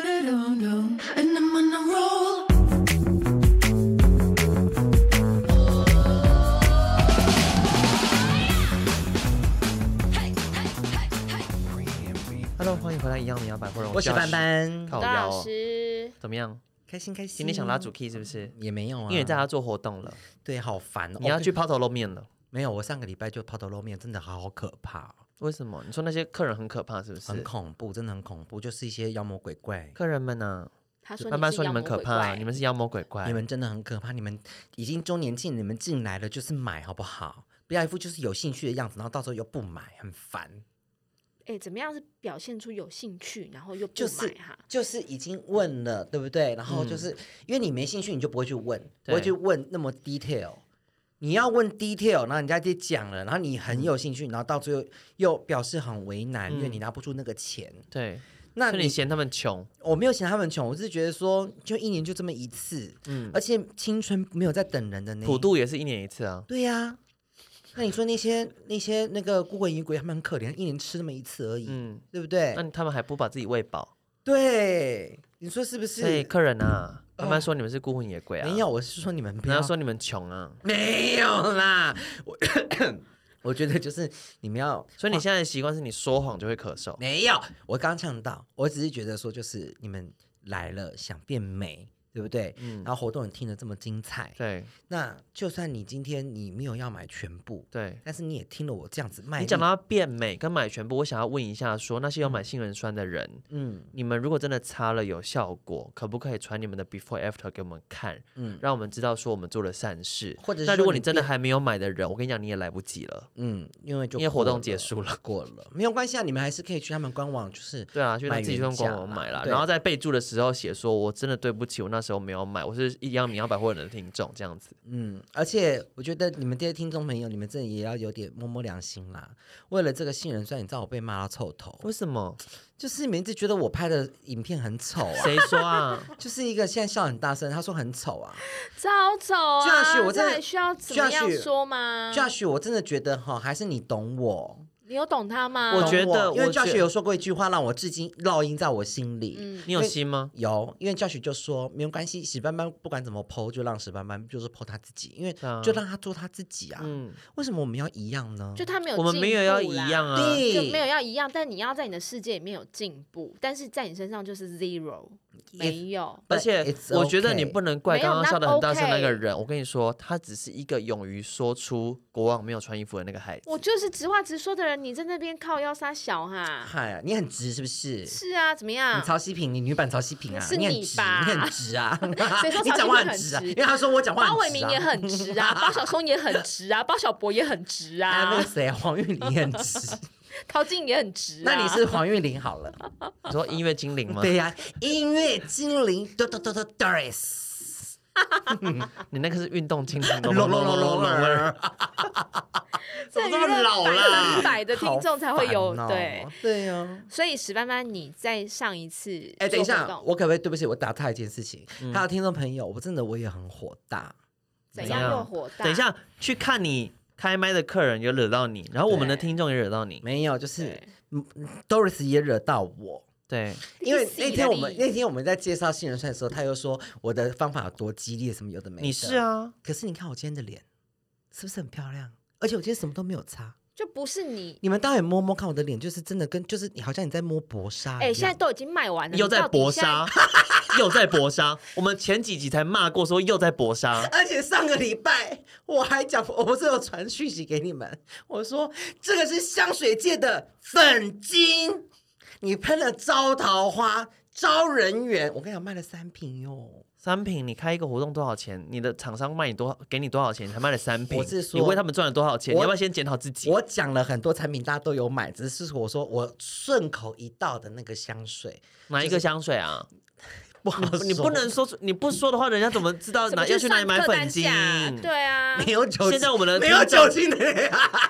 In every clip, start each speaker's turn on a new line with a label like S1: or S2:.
S1: And I'm on a roll.
S2: Hello，欢迎回来，一样的摇摆或者
S3: 我是斑，斑，
S2: 靠
S4: 大
S2: 腰哦、
S4: 师，
S2: 怎么样？
S3: 开心开心。
S2: 今天想拉主 key 是不是？
S3: 也没有啊，
S2: 因为大家做活动了，
S3: 对好烦哦。
S2: 你要
S3: 对
S2: 去抛头露面了，
S3: 没有？我上个礼拜就抛头露面，真的好可怕哦、
S2: 为什么？你说那些客人很可怕是不
S3: 很
S2: 是？
S3: 恐怖，真的很恐怖，就是一些妖魔鬼怪。
S2: 客人们呢、
S4: 他说
S2: 慢慢说你们可怕，你
S4: 们
S2: 们是妖魔鬼怪
S3: 你。们真的很可怕，你们已经周年庆，你们进来了就是买好不好？不要一副就是有兴趣的样子，然后到时候又不买，很烦。
S4: 哎、怎么样是表现出有兴趣，然后又不
S3: 就是
S4: 买哈？
S3: 就是已经问了，对不对？然后
S2: 嗯
S3: 就是、因为你没兴趣，你就不会去问，不会
S2: 对
S3: 去问那么 detail。你要问 detail，然后人家就讲了，然后你很有兴趣，然后到最后又表示很为难，因为你拿不出那个钱。
S2: 对，
S3: 那
S2: 那嗯你
S3: 你
S2: 嫌他们穷，
S3: 我没有嫌他们穷，我是觉得说，就一年就这么一次，嗯，而且青春没有在等人的那
S2: 普渡也是一年一次啊。
S3: 对呀、那你说那些那些那个孤魂野鬼，他们很可怜，一年吃那么一次而已，
S2: 嗯，
S3: 对不对？
S2: 那他们还不把自己喂饱？
S3: 对，你说是不
S2: 所以
S3: 是？
S2: 客人啊，慢慢说你们是孤魂野鬼啊。
S3: 没有，，我是说你们不
S2: 你
S3: 要
S2: 要说你们穷啊。
S3: 没有啦，我 我觉得就是你们要，
S2: 所以你现在的习惯是你说谎就会咳嗽。
S3: 没有，我刚呛到，我只是觉得说就是你们来了想变美，对不对？然后活动也听得这么精彩，
S2: 嗯对
S3: 那就算你今天你没有要买全部，
S2: 对，
S3: 但是你也听了我这样子卖力，
S2: 你讲到变美跟买全部，我想要问一下说那些有买杏仁酸的人，
S3: 嗯，
S2: 你们如果真的擦了有效果，可不可以传你们的 before after 给我们看，嗯，让我们知道说我们做了善事。
S3: 或者是
S2: 那如
S3: 说
S2: 果
S3: 你
S2: 你真的
S3: 变
S2: 还没有买的人，我跟你讲你也来不及了。
S3: 嗯，因为就
S2: 因为活
S3: 过
S2: 动
S3: 了
S2: 结束了
S3: 过了，没有关系啊，你们还是可以去他们官网，就是
S2: 对啊，去他
S3: 买
S2: 自己
S3: 原
S2: 用官
S3: 价
S2: 网
S3: 啦
S2: 买啦，
S3: 对
S2: 然后在备注的时候写说，我真的对不起，我那时候没有买，我是一样米阳百货人的听众这样子。
S3: 嗯，而且我觉得你们这些听众朋友，你们真的也要有点摸摸良心啦。为了这个杏仁酸，你知道我被骂到臭头，
S2: 为什么？
S3: 就是你们一直觉得我拍的影片很丑啊，
S2: 谁说啊？
S3: 就是一个现在笑很大声，他说很丑啊。
S4: 超丑啊！
S3: Josh，我
S4: 这
S3: 真的
S4: 还需要怎么样
S3: Josh，
S4: 说吗
S3: Josh，我真的觉得哈，还是你懂我。
S4: 你有懂他吗？
S2: 我
S3: 懂
S2: 觉得
S3: 因为
S2: 我觉
S3: Josh 有说过一句话，让我至今烙印在我心里。
S4: 嗯
S2: 你有心吗？
S3: 有，因为 Josh 就说没有关系，史斑斑不管怎么剖，就让史斑斑就是剖他自己，因为
S2: 啊
S3: 就让他做他自己啊。
S2: 嗯，
S3: 为什么我们要一样呢？
S4: 就他没有，
S2: 我们没有要一样。啊。
S4: 就没有
S3: 对，
S4: 要一样，但你要在你的世界里面有进步，但是在你身上就是 zero，没有。
S2: 而且
S3: But it's
S2: 我觉得你
S3: okay
S2: 不能怪
S4: 没有
S2: 刚刚
S4: 那
S2: 笑得很大声
S4: OK
S2: 那个人。我跟你说，他只是一个勇于说出国王没有穿衣服的那个孩子。
S4: 我就是直话直说的人，你在那边靠腰撒小哈？
S3: 嗨，你很直是不是？
S4: 是啊，怎么样
S3: 你？曹希平，你女版曹希平啊，
S4: 是
S3: 你很
S4: 你
S3: 直，
S4: 吧
S3: 你很直啊，
S4: 谁说
S3: 你
S4: 曹希
S3: 讲话
S4: 平
S3: 很
S4: 很
S3: 直啊？
S4: 直
S3: 因为他说我讲话很直、
S4: 包
S3: 啊，
S4: 伟明也很直啊，包小松也很直啊，包小博也很 直
S2: 哎
S3: 还有那
S4: 啊
S3: 个，谁，黄玉玲也很直。
S4: 陶晶莹也很直、啊。
S3: 那你是黄玉玲好了，
S2: 你说音乐精灵吗？
S3: 对呀、音乐精灵，哆哆哆哆 Doris，
S2: 你那个是运动精灵。
S3: 隆隆隆隆隆
S2: 隆。
S3: 怎么这么
S4: 娱乐
S3: 老
S4: 百
S3: 啦
S4: 分？百的听众才会有、
S3: 好烦哦
S4: 对。
S3: 对呀、
S4: 所以史班班，你在上一次
S3: 哎、等一
S4: 做活
S3: 下，
S4: 动
S3: 我可不可以对不起，我打岔一件事情，还有听众朋友，我真的我也很火大，
S4: 怎
S2: 怎样
S4: 样又火大？
S2: 等一，下，去看你开麦的客人有惹到你，然后我们的听众也惹到你。
S3: 没有，就是
S4: 对
S3: 嗯 Doris 也惹到我。
S2: 对，
S3: 因为那
S4: 第四
S3: 天我们
S4: 的你
S3: 那天我们在介绍杏仁酸的时候，他又说我的方法有多激烈，什么有的没的。
S2: 你是，啊，
S3: 可是你看我今天的脸，是不是很漂亮？而且我今天什么都没有擦。
S4: 就不是你。
S3: 你们大家也摸摸看我的脸，就是真的跟就是你好像你在摸薄纱一样。
S4: 哎、现在都已经卖完了，
S2: 又在搏
S4: 搏
S2: 杀，又在搏杀。我们前几集才骂过说又在搏杀，
S3: 而且上个礼拜我还讲，我不是有传讯息给你们，我说这个是香水界的粉晶，你喷了招桃花、招人缘，我跟你讲卖了三瓶哟。
S2: 三瓶，你开一个活动多少钱？你的厂商卖你多少，给你多少钱？你才卖了三瓶，
S3: 我是说
S2: 你为他们赚了多少钱？
S3: 我
S2: 你要不要先检讨自己？
S3: 我讲了很多产品，大家都有买，只是我说我顺口一到的那个香水
S2: 哪一个香水啊？
S3: 不好
S2: 你
S3: 哦说
S2: 不能说出，你不说的话，人家怎么知道
S4: 怎
S2: 哪
S4: 么
S2: 要去哪里
S4: 上
S2: 买
S4: 客单
S2: 粉晶？
S4: 价对啊，
S3: 没有酒精，
S2: 现在我们的
S3: 没有
S2: 呃听众
S3: 酒精的、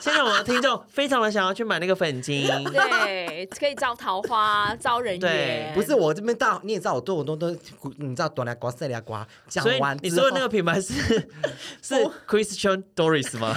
S2: 现在我们的听众非常的想要去买那个粉晶，
S4: 对，可以招桃花，招人
S2: 对
S4: 缘。
S3: 不是我这边大，你也知道我对我东东，你知道短来刮塞来刮，啊讲
S2: 所以
S3: 完
S2: 你
S3: 之
S2: 说的
S3: 后
S2: 那个品牌 是是 Christian Doris 吗？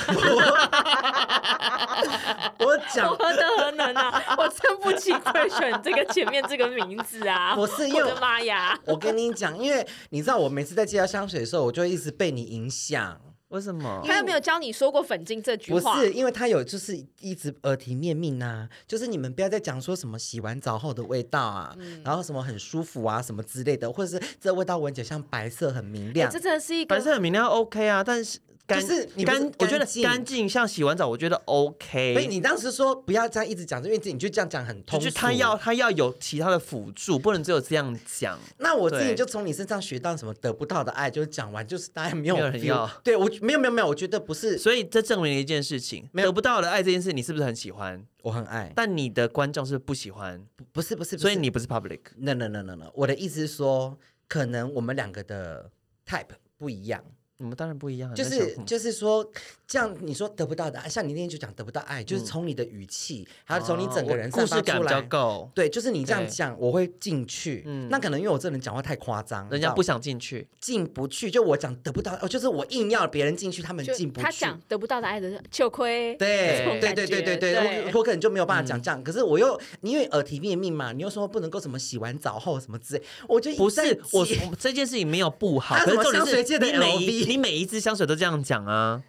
S3: 我讲
S4: 何德何能啊！我真奇 question 这个前面这个名字啊，
S3: 不是因为
S4: 我的妈呀，
S3: 我跟你讲，因为你知道，我每次在介绍香水的时候，我就一直被你影响。
S2: 为什么？
S4: 他又没有教你说过粉晶这句
S3: 不
S4: 话，
S3: 是，因为它有就是一直耳提面命呐、就是你们不要再讲说什么洗完澡后的味道啊，
S2: 嗯
S3: 然后什么很舒服啊，什么之类的，或者是这味道闻起来像白色很明亮
S4: 哎这。真的是一个
S2: 反。正很明亮 OK 啊，但是干
S3: 就是你不是
S2: 干，我觉得
S3: 干净
S2: 干净像洗完澡，我觉得 OK。
S3: 所哎以你当时说不要这样一直讲，因为你就这样讲很通
S2: 就
S3: 俗。啊
S2: 是他要他要有其他的辅助，不能只有这样讲。
S3: 那我自己
S2: 对
S3: 就从你身上学到什么得不到的爱，就是讲完就是大家没有
S2: 没有人
S3: feel
S2: 要
S3: 对我没有没有没有，我觉得不是
S2: 所以这证明了一件事情：
S3: 没有
S2: 得不到的爱这件事，你是不是很喜欢？
S3: 我很爱，
S2: 但你的观众是不喜欢，
S3: 不是不是，不
S2: 所以
S3: 是
S2: 你不是 public。
S3: no no no no no，我的意思是说，可能我们两个的 type 不一样，
S2: 我们当然不一样啊，
S3: 就
S2: 那小
S3: 是
S2: 朋友
S3: 就是说，这样你说得不到的爱，像你那天就讲得不到爱，就是从你的语气，还有从你整个人
S2: 嗯哦故
S3: 散发
S2: 事感
S3: 出
S2: 比较
S3: 来。
S2: 够，
S3: 对，就是你这样
S2: 对
S3: 讲，我会进去。
S2: 嗯
S3: 那可能因为我这人讲话太夸张，
S2: 人
S3: 你知
S2: 家
S3: 道
S2: 不想进去。
S3: 进不去，就我讲得不到，哦，就是我硬要别人进去，他们
S4: 就
S3: 进不去。
S4: 他讲得不到的爱的人糗亏，这
S3: 对
S4: 种
S3: 对
S4: 感
S3: 对对
S4: 觉嗯
S3: 对对，我我可能就没有办法讲这样，可是我又你因为耳提面命嘛，你又说不能够什么洗完澡后什么之类，我就一
S2: 不
S3: 再
S2: 是我
S3: 记
S2: 我这件事情没有不好，
S3: 还有
S2: 可是
S3: 什么
S2: 重点
S3: 香水界
S2: 是
S3: 的
S2: 你每
S3: LV
S2: 一你每一支香水都这样讲啊。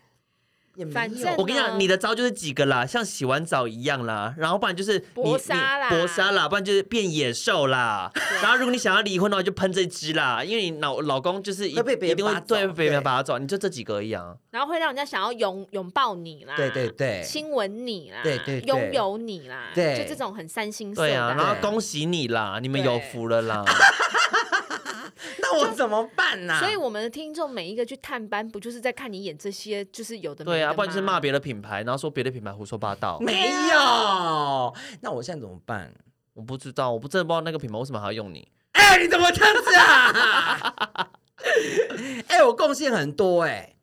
S3: 也没
S4: 反
S3: 有
S4: 正
S2: 我跟你讲，你的招就是几个啦，像洗完澡一样啦，然后不然就是你
S4: 搏杀啦
S2: 你搏杀啦，不然就是变野兽啦。然后如果你想要离婚的话，就喷这支啦，因为你老老公就是一
S3: 会被别人
S2: 一定会
S3: 拔走
S2: 对被别
S3: 对
S2: 人拔走，你就这几个而已啊。
S4: 然后会让人家想要拥拥抱你啦，
S3: 对对对
S4: 啊亲吻你啦，
S3: 对对对
S4: 拥有你啦，
S3: 对
S4: 就这种很三星色
S2: 对
S4: 的
S2: 啊，
S4: 爱，
S2: 然后恭喜你啦，你们
S4: 对
S2: 有福了啦。
S3: 那我怎么办呐、
S4: 所以我们的听众每一个去探班，不就是在看你演这些，就是有的没的
S2: 对啊，不然就是
S4: 吗
S2: 骂别的品牌，然后说别的品牌胡说八道。
S3: 没
S4: 啊
S3: 有，那我现在怎么办？
S2: 我不知道，我不真的不知道那个品牌为什么还要用你。
S3: 哎、你怎么这样子啊？ 哎、我贡献很多哎、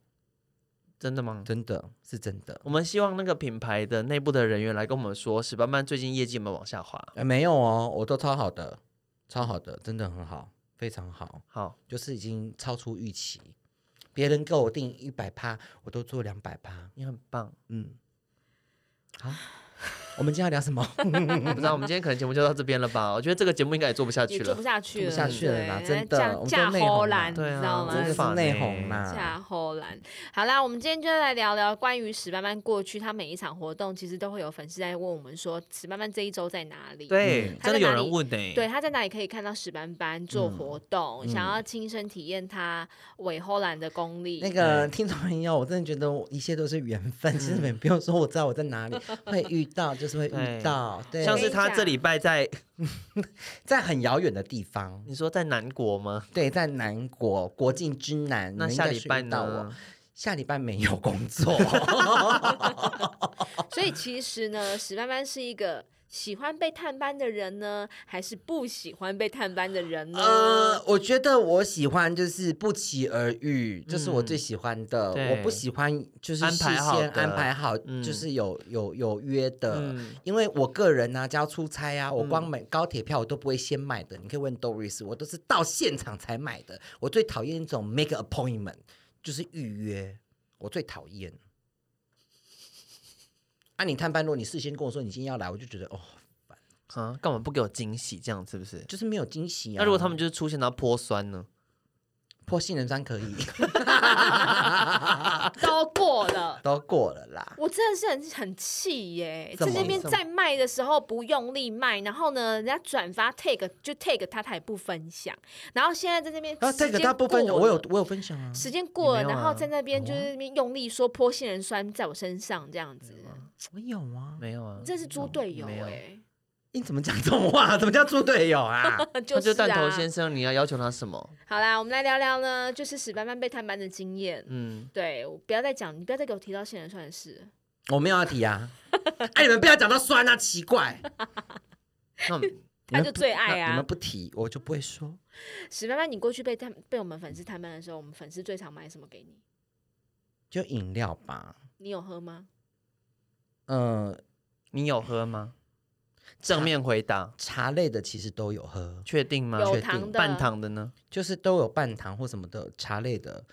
S2: 真的吗？
S3: 真的是真的。
S2: 我们希望那个品牌的内部的人员来跟我们说，史班班最近业绩有没有往下滑？
S3: 哎、没有哦，我都超好的，超好的，真的很好，非常好，
S2: 好，
S3: 就是已经超出预期。别人给我定一百趴，我都做两百趴。
S2: 你很棒。
S3: 嗯，好， 我们今天要聊什么？
S2: 我不知道，我们今天可能节目就到这边了吧？我觉得这个节目应该也做不下去
S4: 也做
S2: 了
S4: 不。下去
S3: 做
S4: 了，
S3: 不下去了啦
S4: 对
S3: 真的
S4: 嫁
S3: 我们
S4: 嫁
S3: 都内讧
S4: 荷
S3: 啦
S4: 兰，你
S2: 对
S4: 知道
S2: 啊，
S4: 吗？
S3: 真的是内讧啊啦
S4: 嫁后兰。好啦，我们今天就来聊聊关于史班班过去，他每一场活动其实都会有粉丝在问我们说，史班班这一周在哪里？
S2: 对
S3: 嗯，
S2: 真的有人问呢、
S4: 对，他在哪里可以看到史班班做
S3: 嗯
S4: 活动？
S3: 嗯
S4: 想要亲身体验他伪后兰的功力，
S3: 那个听众朋友，我真的觉得我一切都是缘分。
S2: 嗯
S3: 其实你们不用说，我知道我在哪里 会遇到，就是会遇
S2: 对
S3: 到。对，
S2: 像是他这礼拜在，
S3: 在很遥远的地方，
S2: 你说在南国吗？
S3: 对，在南国国境之南。
S2: 那
S3: 你应
S2: 下
S3: 该
S2: 礼
S3: 是
S2: 拜
S3: 遇到我
S2: 呢？
S3: 下礼拜没有工作，
S4: 所以其实呢，史班班是一个喜欢被探班的人呢，还是不喜欢被探班的人呢？
S3: 呃，我觉得我喜欢就是不期而遇，这是我
S2: 嗯
S3: 最喜欢的。
S2: 对
S3: 我不喜欢就是
S2: 安
S3: 事
S2: 排好
S3: 先
S2: 的
S3: 安排好，
S2: 嗯
S3: 就是有有有约的。
S2: 嗯
S3: 因为我个人呢、啊，要出差啊，我光买高铁票我都不会先买的。你可以问 Doris，我都是到现场才买的。我最讨厌那种 make an appointment，就是预约，我最讨厌。啊，你探班，如果你事先跟我说你今天要来，我就觉得哦，
S2: 啊，干嘛不给我惊喜？这样是不是？
S3: 就是没有惊喜啊。
S2: 那如果他们就是出现到泼酸呢？
S3: 破杏仁霜可 以，
S4: 都过了。
S3: 都过了啦。
S4: 我真的是很很气耶、
S3: 怎
S4: 在
S3: 么
S4: 那边
S3: 怎么
S4: 在卖的时候不用力卖，然后呢，人家转发 take 就 take 他，他也不分享。然后现在在那边，
S3: 然后这个大部分我有我有分享啊，哦
S4: 时间过了，
S2: 你没有
S4: 然
S2: 啊
S4: 后在那边就是那边用力说泼杏仁酸在我身上这样子，
S3: 我有啊。
S2: 没有啊，
S4: 这是猪队友
S2: 没有
S4: 哎、
S3: 你怎么讲这种话？怎么叫猪队友 啊？
S4: 就
S2: 他就是弹头
S4: 啊。
S2: 先生，你要要求他什么？
S4: 好啦，我们来聊聊呢，就是史班班被探班的经验。
S2: 嗯，
S4: 对，我不要再讲，你不要再给我提到杏仁酸的事了。
S3: 我没有要提啊。哎，你们不要讲到酸啊，奇 怪。
S2: 那我们
S3: 你们
S4: 就
S3: 不
S4: 最爱
S3: 那
S4: 啊
S3: 你们不提，我就不会说。
S4: 史班班，你过去被探被我们粉丝探班的时候，我们粉丝最常买什么给你？
S3: 就饮料吧，
S4: 你有喝吗？
S3: 嗯，
S2: 你有喝吗？正面回答，
S3: 茶类的其实都有喝，
S2: 确定吗？
S4: 有
S3: 确定
S4: 糖的，
S2: 半糖的呢？
S3: 就是都有半糖或什么的茶类的。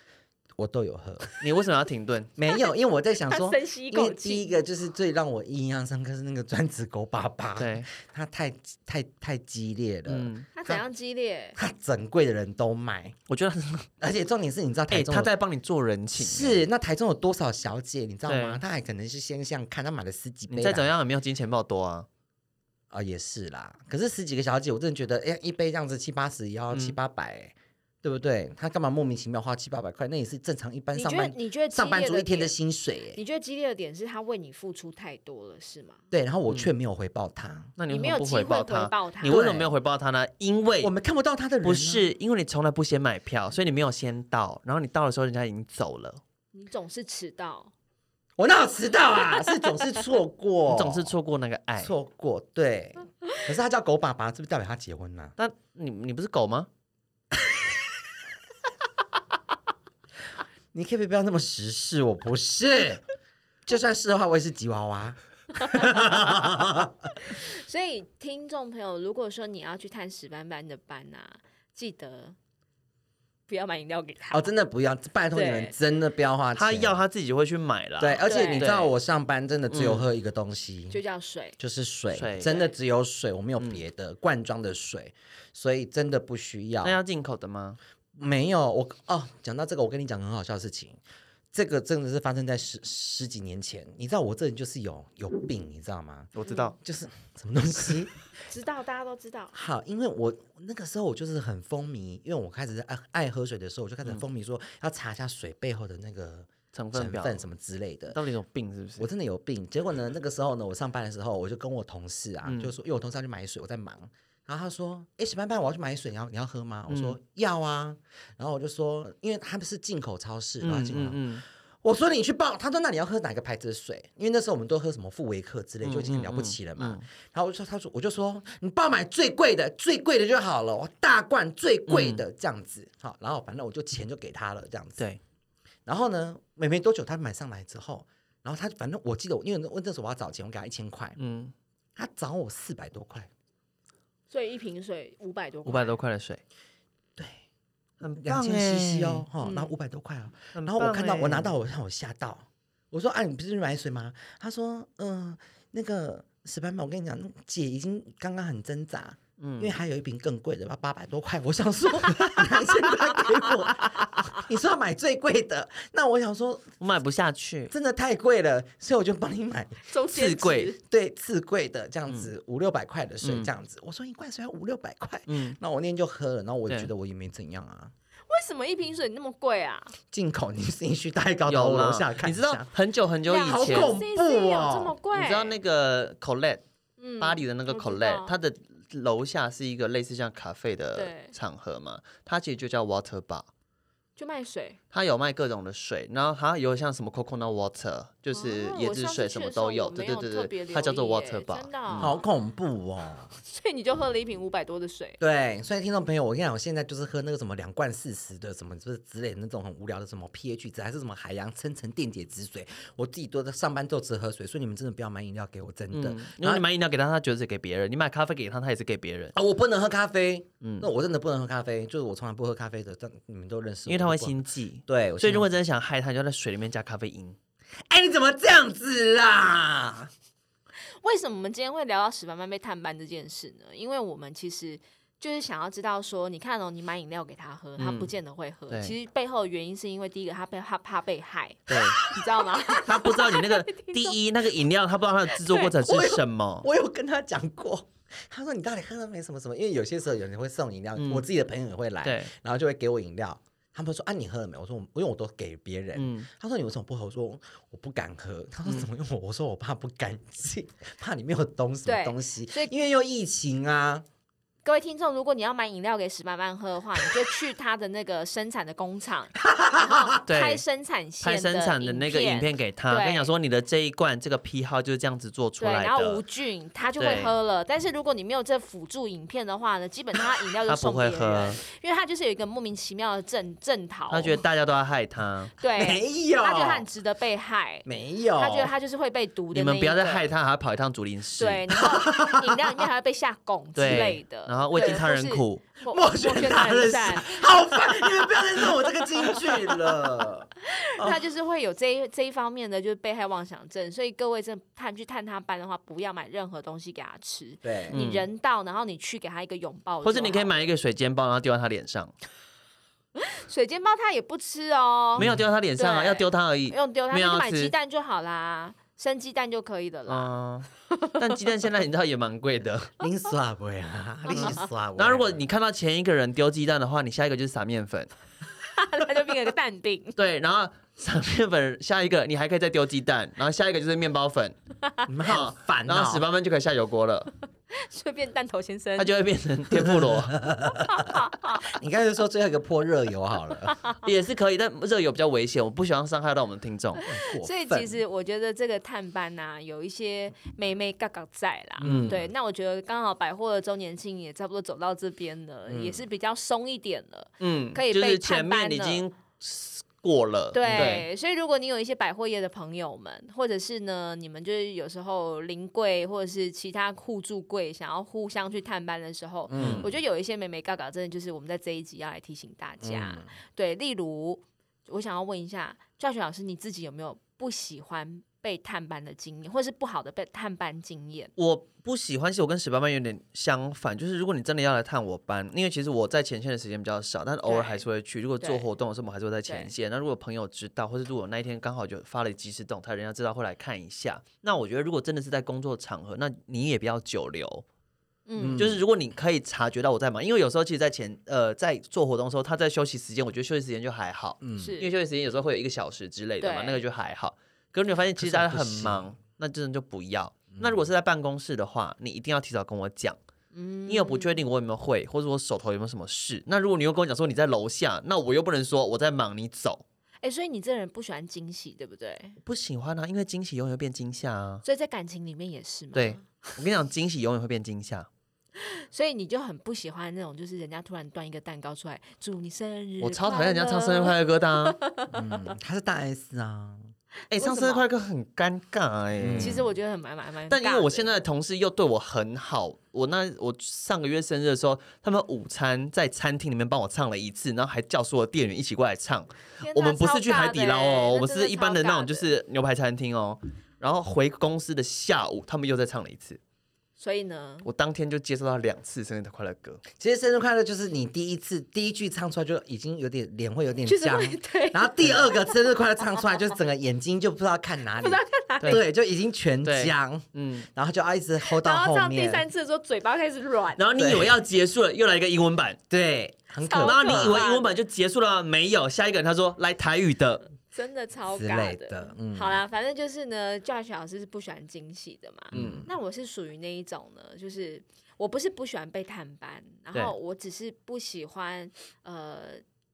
S3: 我都有 喝，
S2: 你为什么要停顿？
S3: 没有，因为我在想
S4: 他
S3: 说，
S4: 深吸一
S3: 因为
S4: 口
S3: 第一
S4: 气，
S3: 个就是最让我印象深刻是那个专职狗爸爸，，
S2: 对，
S3: 他太太太激烈了，
S2: 嗯，
S4: 他怎样激烈？
S3: 他整柜的人都买，
S2: 我觉得
S3: 而且重点是，你知道
S2: 哎、
S3: 台中有、
S2: 他在帮你做人情，欸
S3: 是那台中有多少小姐，你知道吗？
S2: 对
S3: 他还可能是先向看，他买了十几杯啦，
S2: 你再怎样也没有金钱豹多啊。
S3: 啊、也是啦。可是十几个小姐，我真的觉得，哎、一杯这样子七八十也要
S2: 嗯
S3: 七八百、对不对？他干嘛莫名其妙花七八百块？那也是正常一般
S4: 你
S3: 上
S4: 觉得
S3: 班
S4: 你觉得激
S3: 上班
S4: 烈
S3: 族
S4: 的
S3: 一天的
S4: 点？
S3: 薪水、哎，
S4: 你觉得激烈的点是他为你付出太多了，是吗？
S3: 对，然后
S2: 嗯
S3: 我却没有回报他，
S2: 那你
S4: 你
S2: 为
S4: 没
S2: 什么
S4: 有
S2: 不
S4: 机会
S2: 回报他？
S4: 回报他
S2: 你为什么没有回报他呢？因为
S3: 我们看不到他的人、
S2: 哎
S3: 啊
S2: 不，是因为你从来不先买票，所以你没有先到，然后你到的时候人家已经走了，
S4: 你总是迟到，
S3: 我哪有迟到啊？是总是错过，
S2: 你总是错过那个爱。
S3: 哦错过，对。 可是他叫狗爸爸，是不是代表他结婚啦、
S2: 那你你不是狗吗？
S3: 你可不可以不要那么时事？我不是， 就算是的话，我也是吉娃娃。
S4: 所以听众朋友，如果说你要去探史班班的班啊，记得不要买饮料给他。
S3: 哦，真的不要，拜托你们
S4: 对
S3: 真的不要花钱。
S2: 他要他自己会去买啦。
S3: 啊对，而且
S4: 对
S3: 你知道
S2: 对嗯
S3: 我上班真的只有喝一个东西，
S4: 就叫水，
S3: 就是水，
S2: 水嗯
S3: 真的只有水，我没有别的、罐装的水，所以真的不需要
S2: 那。要进口的吗？
S3: 没有我哦，讲到这个，我跟你讲个很好笑的事情，这个真的是发生在十十几年前。你知道我这人就是有有病，你知道吗？
S2: 我知道，
S3: 就是什么东西？
S4: 知道大家都知道。
S3: 好，因为我那个时候我就是很风靡，因为我开始爱爱喝水的时候，我就开始很风靡说要查一下水背后的那个
S2: 嗯成分
S3: 成
S2: 表
S3: 分什么之类的。
S2: 到底有病是不是？
S3: 我真的有病。结果呢，那个时候呢，我上班的时候，我就跟我同事啊，
S2: 嗯
S3: 就说，因为我同事要去买水，我在忙。然后他说：“哎，史班班，我要去买水，你要你要喝吗？”我
S2: 嗯
S3: 说：“要啊。”然后我就说：“因为他们是啊进口超市，然后
S2: 嗯
S3: 进口。
S2: 嗯嗯，
S3: 我说：“你去报。”他说：“那你要喝哪个牌子的水？”因为那时候我们都喝什么富维克之类，就已经很了不起了嘛。
S2: 嗯嗯嗯嗯
S3: 然后我就说：“他说，我就说你报买最贵的，最贵的就好了，我大罐最贵的、这样子。”好，然后反正我就钱就给他了，这样子。
S2: 嗯对，
S3: 然后呢，没没多久他买上来之后，然后他反正我记得我，因为那那时候我要找钱，我给他一千块，
S2: 嗯，
S3: 他找我四百多块，
S4: 所以一瓶水五百多，
S2: 五百多。块的水，
S3: 对，
S2: 很
S3: 两
S2: 棒
S3: 千
S2: 欸
S3: CC 哦，哈、
S4: 嗯
S3: 然后五百多块哦，
S2: 很
S3: 然后我
S2: 棒
S3: 看到我
S2: 欸
S3: 拿到我让我吓到，我说啊，你不是去买水吗？他说，嗯、那个石斑马，我跟你讲，那姐已经刚刚很挣扎。因为
S2: 嗯，
S3: 还有一瓶更贵的，要八百多块。我想说，两千块给我， 你说要买最贵的，那我想说
S2: 我买不下去，
S3: 真的太贵了，所以我就帮你买
S4: 中间
S2: 四
S4: 值
S2: 贵，
S3: 对次贵的这样子五六百块的水
S2: 嗯
S3: 这样子，我说一罐水要五六百块，
S2: 嗯，
S3: 那我那天就喝了，然后我也
S2: 对
S3: 觉得我也没怎样啊。
S4: 为什么一瓶水那么贵啊？
S3: 进口你自己去大高
S2: 有
S3: 楼
S2: 啦
S3: 楼下看
S2: 你
S3: 一
S2: 知
S3: 下，
S2: 道很久很久以前，
S3: 恐怖
S4: 两 CC 有这么
S3: 哦
S4: 贵？
S2: 你知道那个 Colette
S4: 嗯
S2: 巴黎的那个
S4: 我知
S2: Colette，、
S4: 道
S2: 它的楼下是一个类似像咖啡的
S4: 对
S2: 场合嘛，它其实就叫 Water Bar。
S4: 就卖水，
S2: 它有卖各种的水，然后它有像什么 coconut water，就是
S4: 哦
S2: 椰
S4: 我
S2: 子
S4: 上次
S2: 水，
S4: 去
S2: 什么
S4: 的时候
S2: 都有。
S4: 我
S2: 对对
S4: 没有
S2: 对
S4: 特
S2: 对，
S4: 别
S2: 它叫做
S4: 留意
S2: water
S4: 耶
S2: bar
S4: 真的哦
S2: 嗯。
S3: 好恐怖哦。
S4: 所以你就喝了一瓶五百多的水。
S3: 对，所以听众朋友，我跟你讲，我现在就是喝那个什么两罐四十的，什么就是之类的那种很无聊的什么 pH 值，还是什么海洋深层电解质水，我自己都在上班都只喝水，所以你们真的不要买饮料给我，真的。啊
S2: 嗯，因为
S3: 然后
S2: 你买饮料给他，他觉得是给别人；你买咖啡给他，他也是给别人，
S3: 啊，我不能喝咖啡，
S2: 嗯
S3: 那我真的不能喝咖啡，就是我从来不喝咖啡的，但你们都认识我，
S2: 因为他
S3: 我
S2: 会
S3: 不能
S2: 心悸。
S3: 对，我
S2: 所以如
S3: 心想
S2: 果真的想害他，你就在水里面加咖啡 因。
S3: 哎，你怎么这样子啊啦？
S4: 为什么我们今天会聊到史班班被探班这件事呢？因为我们其实就是想要知道说，你看哦，你买饮料给他喝，他
S2: 嗯
S4: 不见得会喝。
S2: 对
S4: 其实背后的原因是因为第一个，他被他怕被害，
S2: 对
S4: 你知道吗？
S2: 他不知道你那个第一那个饮料，他不知道它的制作过程
S3: 对我
S2: 是
S3: 有
S2: 什么。
S3: 我有跟他讲过，他说你到底喝了没什么什么？因为有些时候有人会送饮料，
S2: 嗯
S3: 我自己的朋友也会来，
S2: 对，
S3: 然后就会给我饮料。他们说啊，你喝了没？我说我因为我都给别人。
S2: 嗯，
S3: 他说你为什么不喝？我说我不敢喝。他
S4: 嗯
S3: 说怎么用我？我说我怕不干净，怕里面有东什么
S4: 对
S3: 东西
S4: 所以。
S3: 因为又疫情啊，
S4: 各位听众，如果你要买饮料给史班班喝的话，你就去他的那个生产的工厂，
S2: 对
S4: 啊拍生产线
S2: 拍生产的那个影
S4: 影片。
S2: 片给他，
S4: 对
S2: 跟你讲说你的这一罐这个批号就是这样子做出
S4: 对，
S2: 来
S4: 然后无
S2: 的，
S4: 菌，他就
S2: 对
S4: 会喝了。但是如果你没有这辅助影片的话呢，基本上他饮料就
S2: 他
S4: 送
S2: 不
S4: 别
S2: 会
S4: 人哦
S2: 喝，，
S4: 因为他就是有一个莫名其妙的正正逃，
S2: 他觉得大家都要害他。
S4: 对，
S3: 没有，
S4: 他觉得他很值得被害，
S3: 没有，
S4: 他觉得他就是会被毒的。
S2: 你们不要再害。他，还要跑一趟竹林寺。
S4: 对，然后饮料里面还会被下汞之
S2: 对
S4: 类的，
S2: 然后未
S4: 对
S2: 经他人，苦，
S3: 莫学达人散，好烦！你们不要再弄我这个京剧了。
S4: 他就是会有这一这一方面的，就是被害妄想症。所以各位真的探去探他班的话，不要买任何东西给他吃。
S3: 对，
S4: 你人到，然后你去给他一个拥抱就好，
S2: 嗯或者你可以买一个水煎包，然后丢到他脸上，
S4: 水煎包，他也不吃哦，
S2: 没有丢到他脸上啊，
S4: 对
S2: 要丢他而已，
S4: 用丢，他
S2: 没有
S4: 就
S2: 要
S4: 买
S2: 吃
S4: 鸡蛋就好啦，生鸡蛋就可以的啦。
S2: 啊。但鸡蛋现在你知道也蛮贵的，
S3: 你耍不呀？你是耍不？
S2: 然后如果 你看到前一个人丢鸡蛋的话，你下一个就是撒面粉，
S4: 他就变成一个淡定。
S2: 对，然后撒面粉下一个你还可以再丢鸡蛋，然后下一个就是面包粉，
S3: 你们
S4: 嗯
S3: 好烦
S2: 然后史
S3: 哦。
S2: 班班就可以下油锅 了，
S4: 顺便弹头先生
S2: 它，就会变成天妇 罗，
S3: 你刚才说最后一个泼热油好了，
S2: 也是可以，但热油比较危险，我不希望伤害到我们听众。
S3: 过
S4: 所以
S3: 分
S4: 其实我觉得这个探班呐、有一些妹妹嘎嘎在啦。
S2: 嗯
S4: 对，那我觉得刚好百货的周年庆也差不多走到这边了，也是比较松一点了。
S2: 嗯，
S4: 可以
S2: 就
S4: 被
S2: 是前
S4: 探班
S2: 面已
S4: 了
S2: 经过了，
S4: 呃对，所以如果你有一些百货业的朋友们，或者是呢，你们就是有时候临柜或者是其他互助柜想要互相去探班的时候，
S2: 嗯
S4: 我觉得有一些美眉嘎嘎，真的就是我们在这一集要来提醒大家。
S3: 嗯
S4: 对，例如我想要问一下教学老师，你自己有没有不喜欢被探班的经验，或是不好的被探班经验？
S2: 我不喜欢，其实我跟史班班有点相反，就是如果你真的要来探我班，因为其实我在前线的时间比较少，但是偶尔
S4: 对
S2: 还是会去。如果做
S4: 对
S2: 活动的时候，我们还是会在前
S4: 对
S2: 线。那如果朋友知道，或是如果那一天刚好就发了即时动态，人家知道会来看一下。那我觉得，如果真的是在工作场合，那你也不要久留。
S4: 嗯，
S2: 就是如果你可以察觉到我在忙，因为有时候其实，在前呃在做活动的时候，他在休息时间，我觉得休息时间就还好，
S3: 嗯
S4: 是
S2: 因为休息时间有时候会有一个小时之类的嘛，
S4: 对
S2: 那个就还好。可是你会发现，其实大家
S3: 可
S2: 很
S3: 是我不
S2: 忙，那真的就不要。那如果是在办公室的话，你一定要提早跟我讲，
S4: 嗯
S2: 因为我不确定我有没有会，或者我手头有没有什么事。那如果你又跟我讲说你在楼下，那我又不能说我在忙，你走，
S4: 哎、所以你这人不喜欢惊喜，对不对？
S2: 不喜欢啊，因为惊喜永远会变惊吓啊。
S4: 所以在感情里面也是嘛。
S2: 对，我跟你讲，惊喜永远会变惊吓。
S4: 所以你就很不喜欢那种，就是人家突然端一个蛋糕出来，祝你生日，
S2: 我超讨厌人家唱生日快乐歌的、啊。
S3: 嗯，他是大 S 啊，
S2: 哎、
S4: 为
S2: 唱
S4: 什
S2: 生日
S4: 么
S2: 快乐歌很尴尬哎、
S3: 嗯
S4: 其实我觉得很蛮蛮蛮，
S2: 但因为我现在的同事又对我很好，我那我上个月生日的时候，他们午餐在餐厅里面帮我唱了一次，然后还叫所有店员一起过来唱。
S4: 天
S2: 我
S4: 哪
S2: 们不是去海底捞哦，我们是一般的那种就，
S4: 欸超尬的欸真的超尬的
S2: 是牛排餐厅哦。然后回公司的下午，他们又再唱了一次。
S4: 所以呢，
S2: 我当天就接收到两次生日快乐歌，
S3: 其实生日快乐就是你第一次第一句唱出来就已经有点脸会有点
S4: 就是
S3: 僵
S4: 会， 对，
S3: 然后第二个生日快乐唱出来就是整个眼睛就不知道看哪里，
S2: 对
S3: 对，就已经全
S2: 对
S3: 僵，
S2: 嗯。
S3: 然后就要一直 hold 到
S4: 然后
S3: 后
S4: 唱第
S3: 面，
S4: 三次的时候，嘴巴开始软，
S2: 然后你以为要结束了，又来一个英文版，
S3: 对，很可
S2: 然
S4: 超
S3: 怕
S2: 后你以为英文版就结束了吗？没有，下一个人他说来台语的，嗯
S4: 真的超
S3: 之
S4: 尬
S3: 类的，嗯，
S4: 好啦，反正就是呢，Josh 老师是不喜欢惊喜的嘛。
S2: 嗯
S4: 那我是属于那一种呢，就是我不是不喜欢被探班，然后我只是不喜欢呃，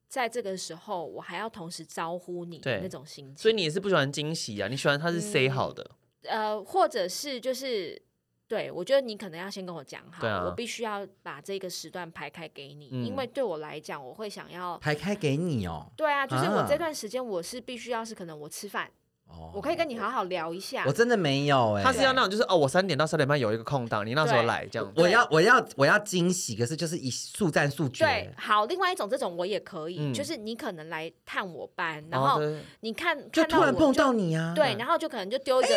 S4: 在这个时候我还要同时招呼你
S2: 对
S4: 那种心情。
S2: 所以你也是不喜欢惊喜啊，你喜欢他是 say 好的，
S4: 呃，或者是就是。对，我觉得你可能要先跟我讲好，
S2: 对啊
S4: 我必须要把这个时段排开给你，
S2: 嗯
S4: 因为对我来讲，我会想要，
S3: 排开给你哦，
S4: 对啊，就是我
S3: 啊
S4: 这段时间我是必须要是可能我吃饭，
S3: 哦，
S4: 我可以跟你好好聊一下，
S3: 我真的没有哎，
S2: 他是要那种就是哦，我三点到三点半有一个空档，你那时候
S4: 对
S2: 来这样。
S3: 我要我要我要惊喜，可是就是以速战速
S4: 对
S3: 决，，
S4: 好，另外一种这种我也可以，
S2: 嗯
S4: 就是你可能来探我班，
S2: 然
S4: 然
S2: 哦
S4: 后
S2: 对
S4: 你看
S3: 就
S4: 看到
S3: 突然
S4: 我
S3: 碰
S4: 就
S3: 到你啊，
S4: 对，然后就可能就丢一个，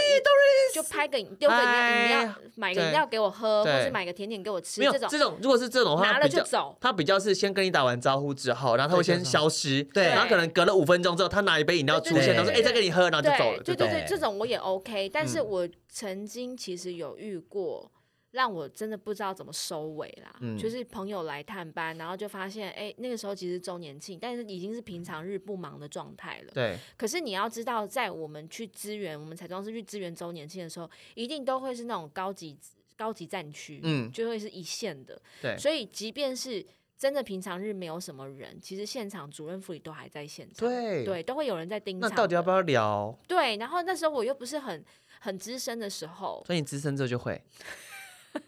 S4: 就拍个饮丢个饮料，饮料
S2: 嗨
S4: 买个饮
S2: 对
S4: 料给我喝，或是
S2: 对
S4: 买个甜点给我吃，
S2: 没有
S4: 这种
S2: 这种，如果是这种的话，
S4: 拿了
S2: 比
S4: 就
S2: 较
S4: 走。
S2: 他比较是先跟你打完招呼之后，然后他会
S3: 对就
S2: 先
S3: 走
S2: 消失，
S3: 对
S2: 然后可能隔了五分钟之后，他拿一杯饮料
S4: 对
S2: 出
S4: 对
S2: 现，
S3: 对
S2: 然后说
S3: 对
S2: 哎再给你喝，然后就走了，这
S4: 对对
S2: 种
S4: 对，
S3: 对
S4: 这种我也 OK，但是
S2: 嗯
S4: 我曾经其实有遇过。让我真的不知道怎么收尾啦，
S2: 嗯
S4: 就是朋友来探班，然后就发现，哎、那个时候其实周年庆，但是已经是平常日不忙的状态了。
S2: 对
S4: 可是你要知道，在我们去支援我们彩妆师去支援周年庆的时候，一定都会是那种高级高级战区，
S2: 嗯
S4: 就会是一线的。
S2: 对
S4: 所以即便是真的平常日没有什么人，其实现场主任副理都还在现场，
S2: 对。
S4: 都会有人在盯场
S2: 那
S4: 的。
S2: 到底要不要聊？
S4: 对？然后那时候我又不是很很资深的时候，
S2: 所以你资深之后就会，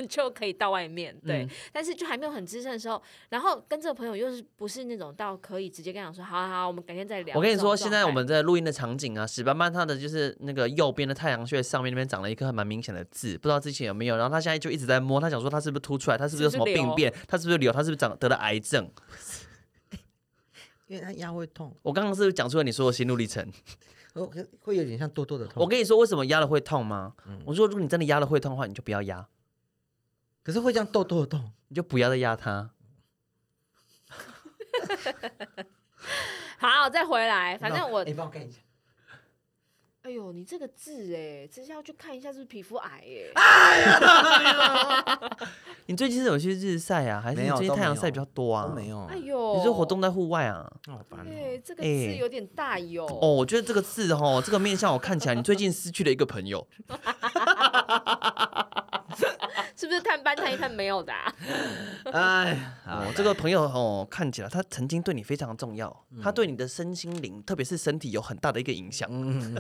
S4: 就可以到外面对。
S2: 嗯
S4: 但是就还没有很资深的时候，然后跟这个朋友又是不是那种到可以直接跟他讲说，好好好，我们改天再聊。
S2: 我跟你
S4: 这种
S2: 说，现在我
S4: 状态
S2: 们在录音的场景啊，史斑斑他的就是那个右边的太阳穴上面那边长了一颗很蛮明显的痣，不知道之前有没有。然后他现在就一直在摸，他想说他是不是凸出来，他是不是有什么
S4: 是不是
S2: 病
S4: 瘤
S2: 变，他是不是瘤，他是不是长得了癌症？
S3: 因为他腰会痛，
S2: 我刚刚是不是讲出了你说的心路历程？
S3: 我会会有点像多多的
S2: 我
S3: 痛。嗯
S2: 跟你说，为什么压了会痛吗？我说，如果你真的压了会痛的话，你就不要压，
S3: 可是会像痘痘的痛，
S2: 你就不要再压它。
S4: 好再回来，反正我
S2: 哎
S3: 你帮我看一下。
S4: 哎呦，你这个痣哎，这是要去看一下是不是皮肤癌哎。
S2: 啊你最近是有去日晒啊，还是
S3: 没
S2: 你
S3: 有
S2: 最近
S3: 都
S2: 太阳
S3: 没
S2: 晒
S3: 有
S2: 比较多啊？
S3: 都没，有，
S4: 哎呦，
S2: 你是活动在户外啊？
S3: 好烦
S4: 对，
S3: 哦。
S4: 这个痣
S2: 哎
S4: 有点大哟。
S2: 哦，我觉得这个字哦，这个面相我看起来，你最近失去了一个朋友。
S4: 是不是探班探一探没有的、啊？
S3: 哎，好
S2: 哦，这个朋友哦，看起来他曾经对你非常重要，
S3: 嗯
S2: 他对你的身心灵，特别是身体有很大的一个影响。
S3: 嗯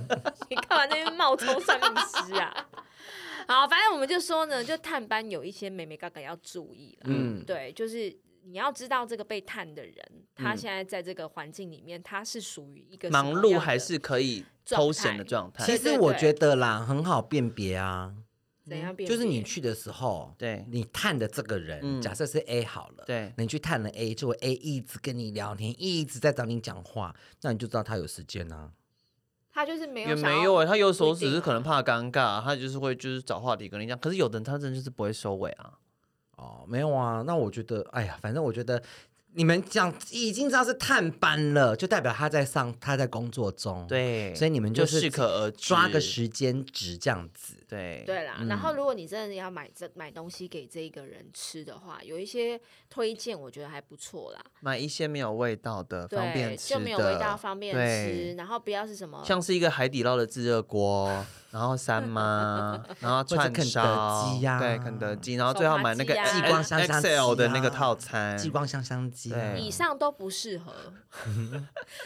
S4: 你干嘛那边冒充算命师啊？ 好，反正我们就说呢，就探班有一些美眉嘎嘎要注意了。
S3: 嗯，
S4: 对，就是你要知道这个被探的人，他现在在这个环境里面，他是属于一个什么
S2: 嗯忙
S4: 样
S2: 碌
S4: 的
S2: 还是可以偷闲的状态
S3: 其，实我觉得啦，很好辨别啊，
S4: 怎
S2: 嗯
S4: 样辨别？
S3: 就是你去的时候，
S2: 对
S3: 你探的这个人，
S2: 嗯
S3: 假设是 A 好了，
S2: 对
S3: 你去探了 A，结果 A 一直跟你聊天，一直在找你讲话，那你就知道他有时间啊。
S4: 他就是没有
S2: 也
S4: 想
S2: 没
S4: 要
S2: 有哎、他有时候
S4: 不一定
S2: 只是
S4: 啊
S2: 可能怕尴尬，他就是会就是找话题跟你讲。可是有的人他真的就是不会收尾啊。
S3: 哦，没有啊，那我觉得，哎呀，反正我觉得你们讲已经知道是探班了，就代表他在上，他在工作中，，
S2: 对，
S3: 所以你们
S2: 就
S3: 就是
S2: 适可而止
S3: 抓个。时间值这样子。
S2: 对
S4: 对啦，然
S2: 嗯
S4: 后如果你真的要买这买东西给这一个人吃的话，有一些推荐我觉得还不错啦。
S2: 买一些没有味道的，方
S4: 对，
S2: 便吃
S4: 就
S2: 的，
S4: 没有味道，方便
S2: 对
S4: 吃，然后不要是什么
S2: 像是一个海底捞的自热锅，然后三妈，然后串烧，
S3: 或者肯德基呀
S2: 对，肯德基，然后最后买那个
S4: 手扒鸡
S2: X-
S4: 呀激光
S3: 香香鸡
S2: XL
S3: 呀
S2: 的那个套餐，
S3: 激光香香鸡啊，
S2: 嗯对
S4: 以上都不适合。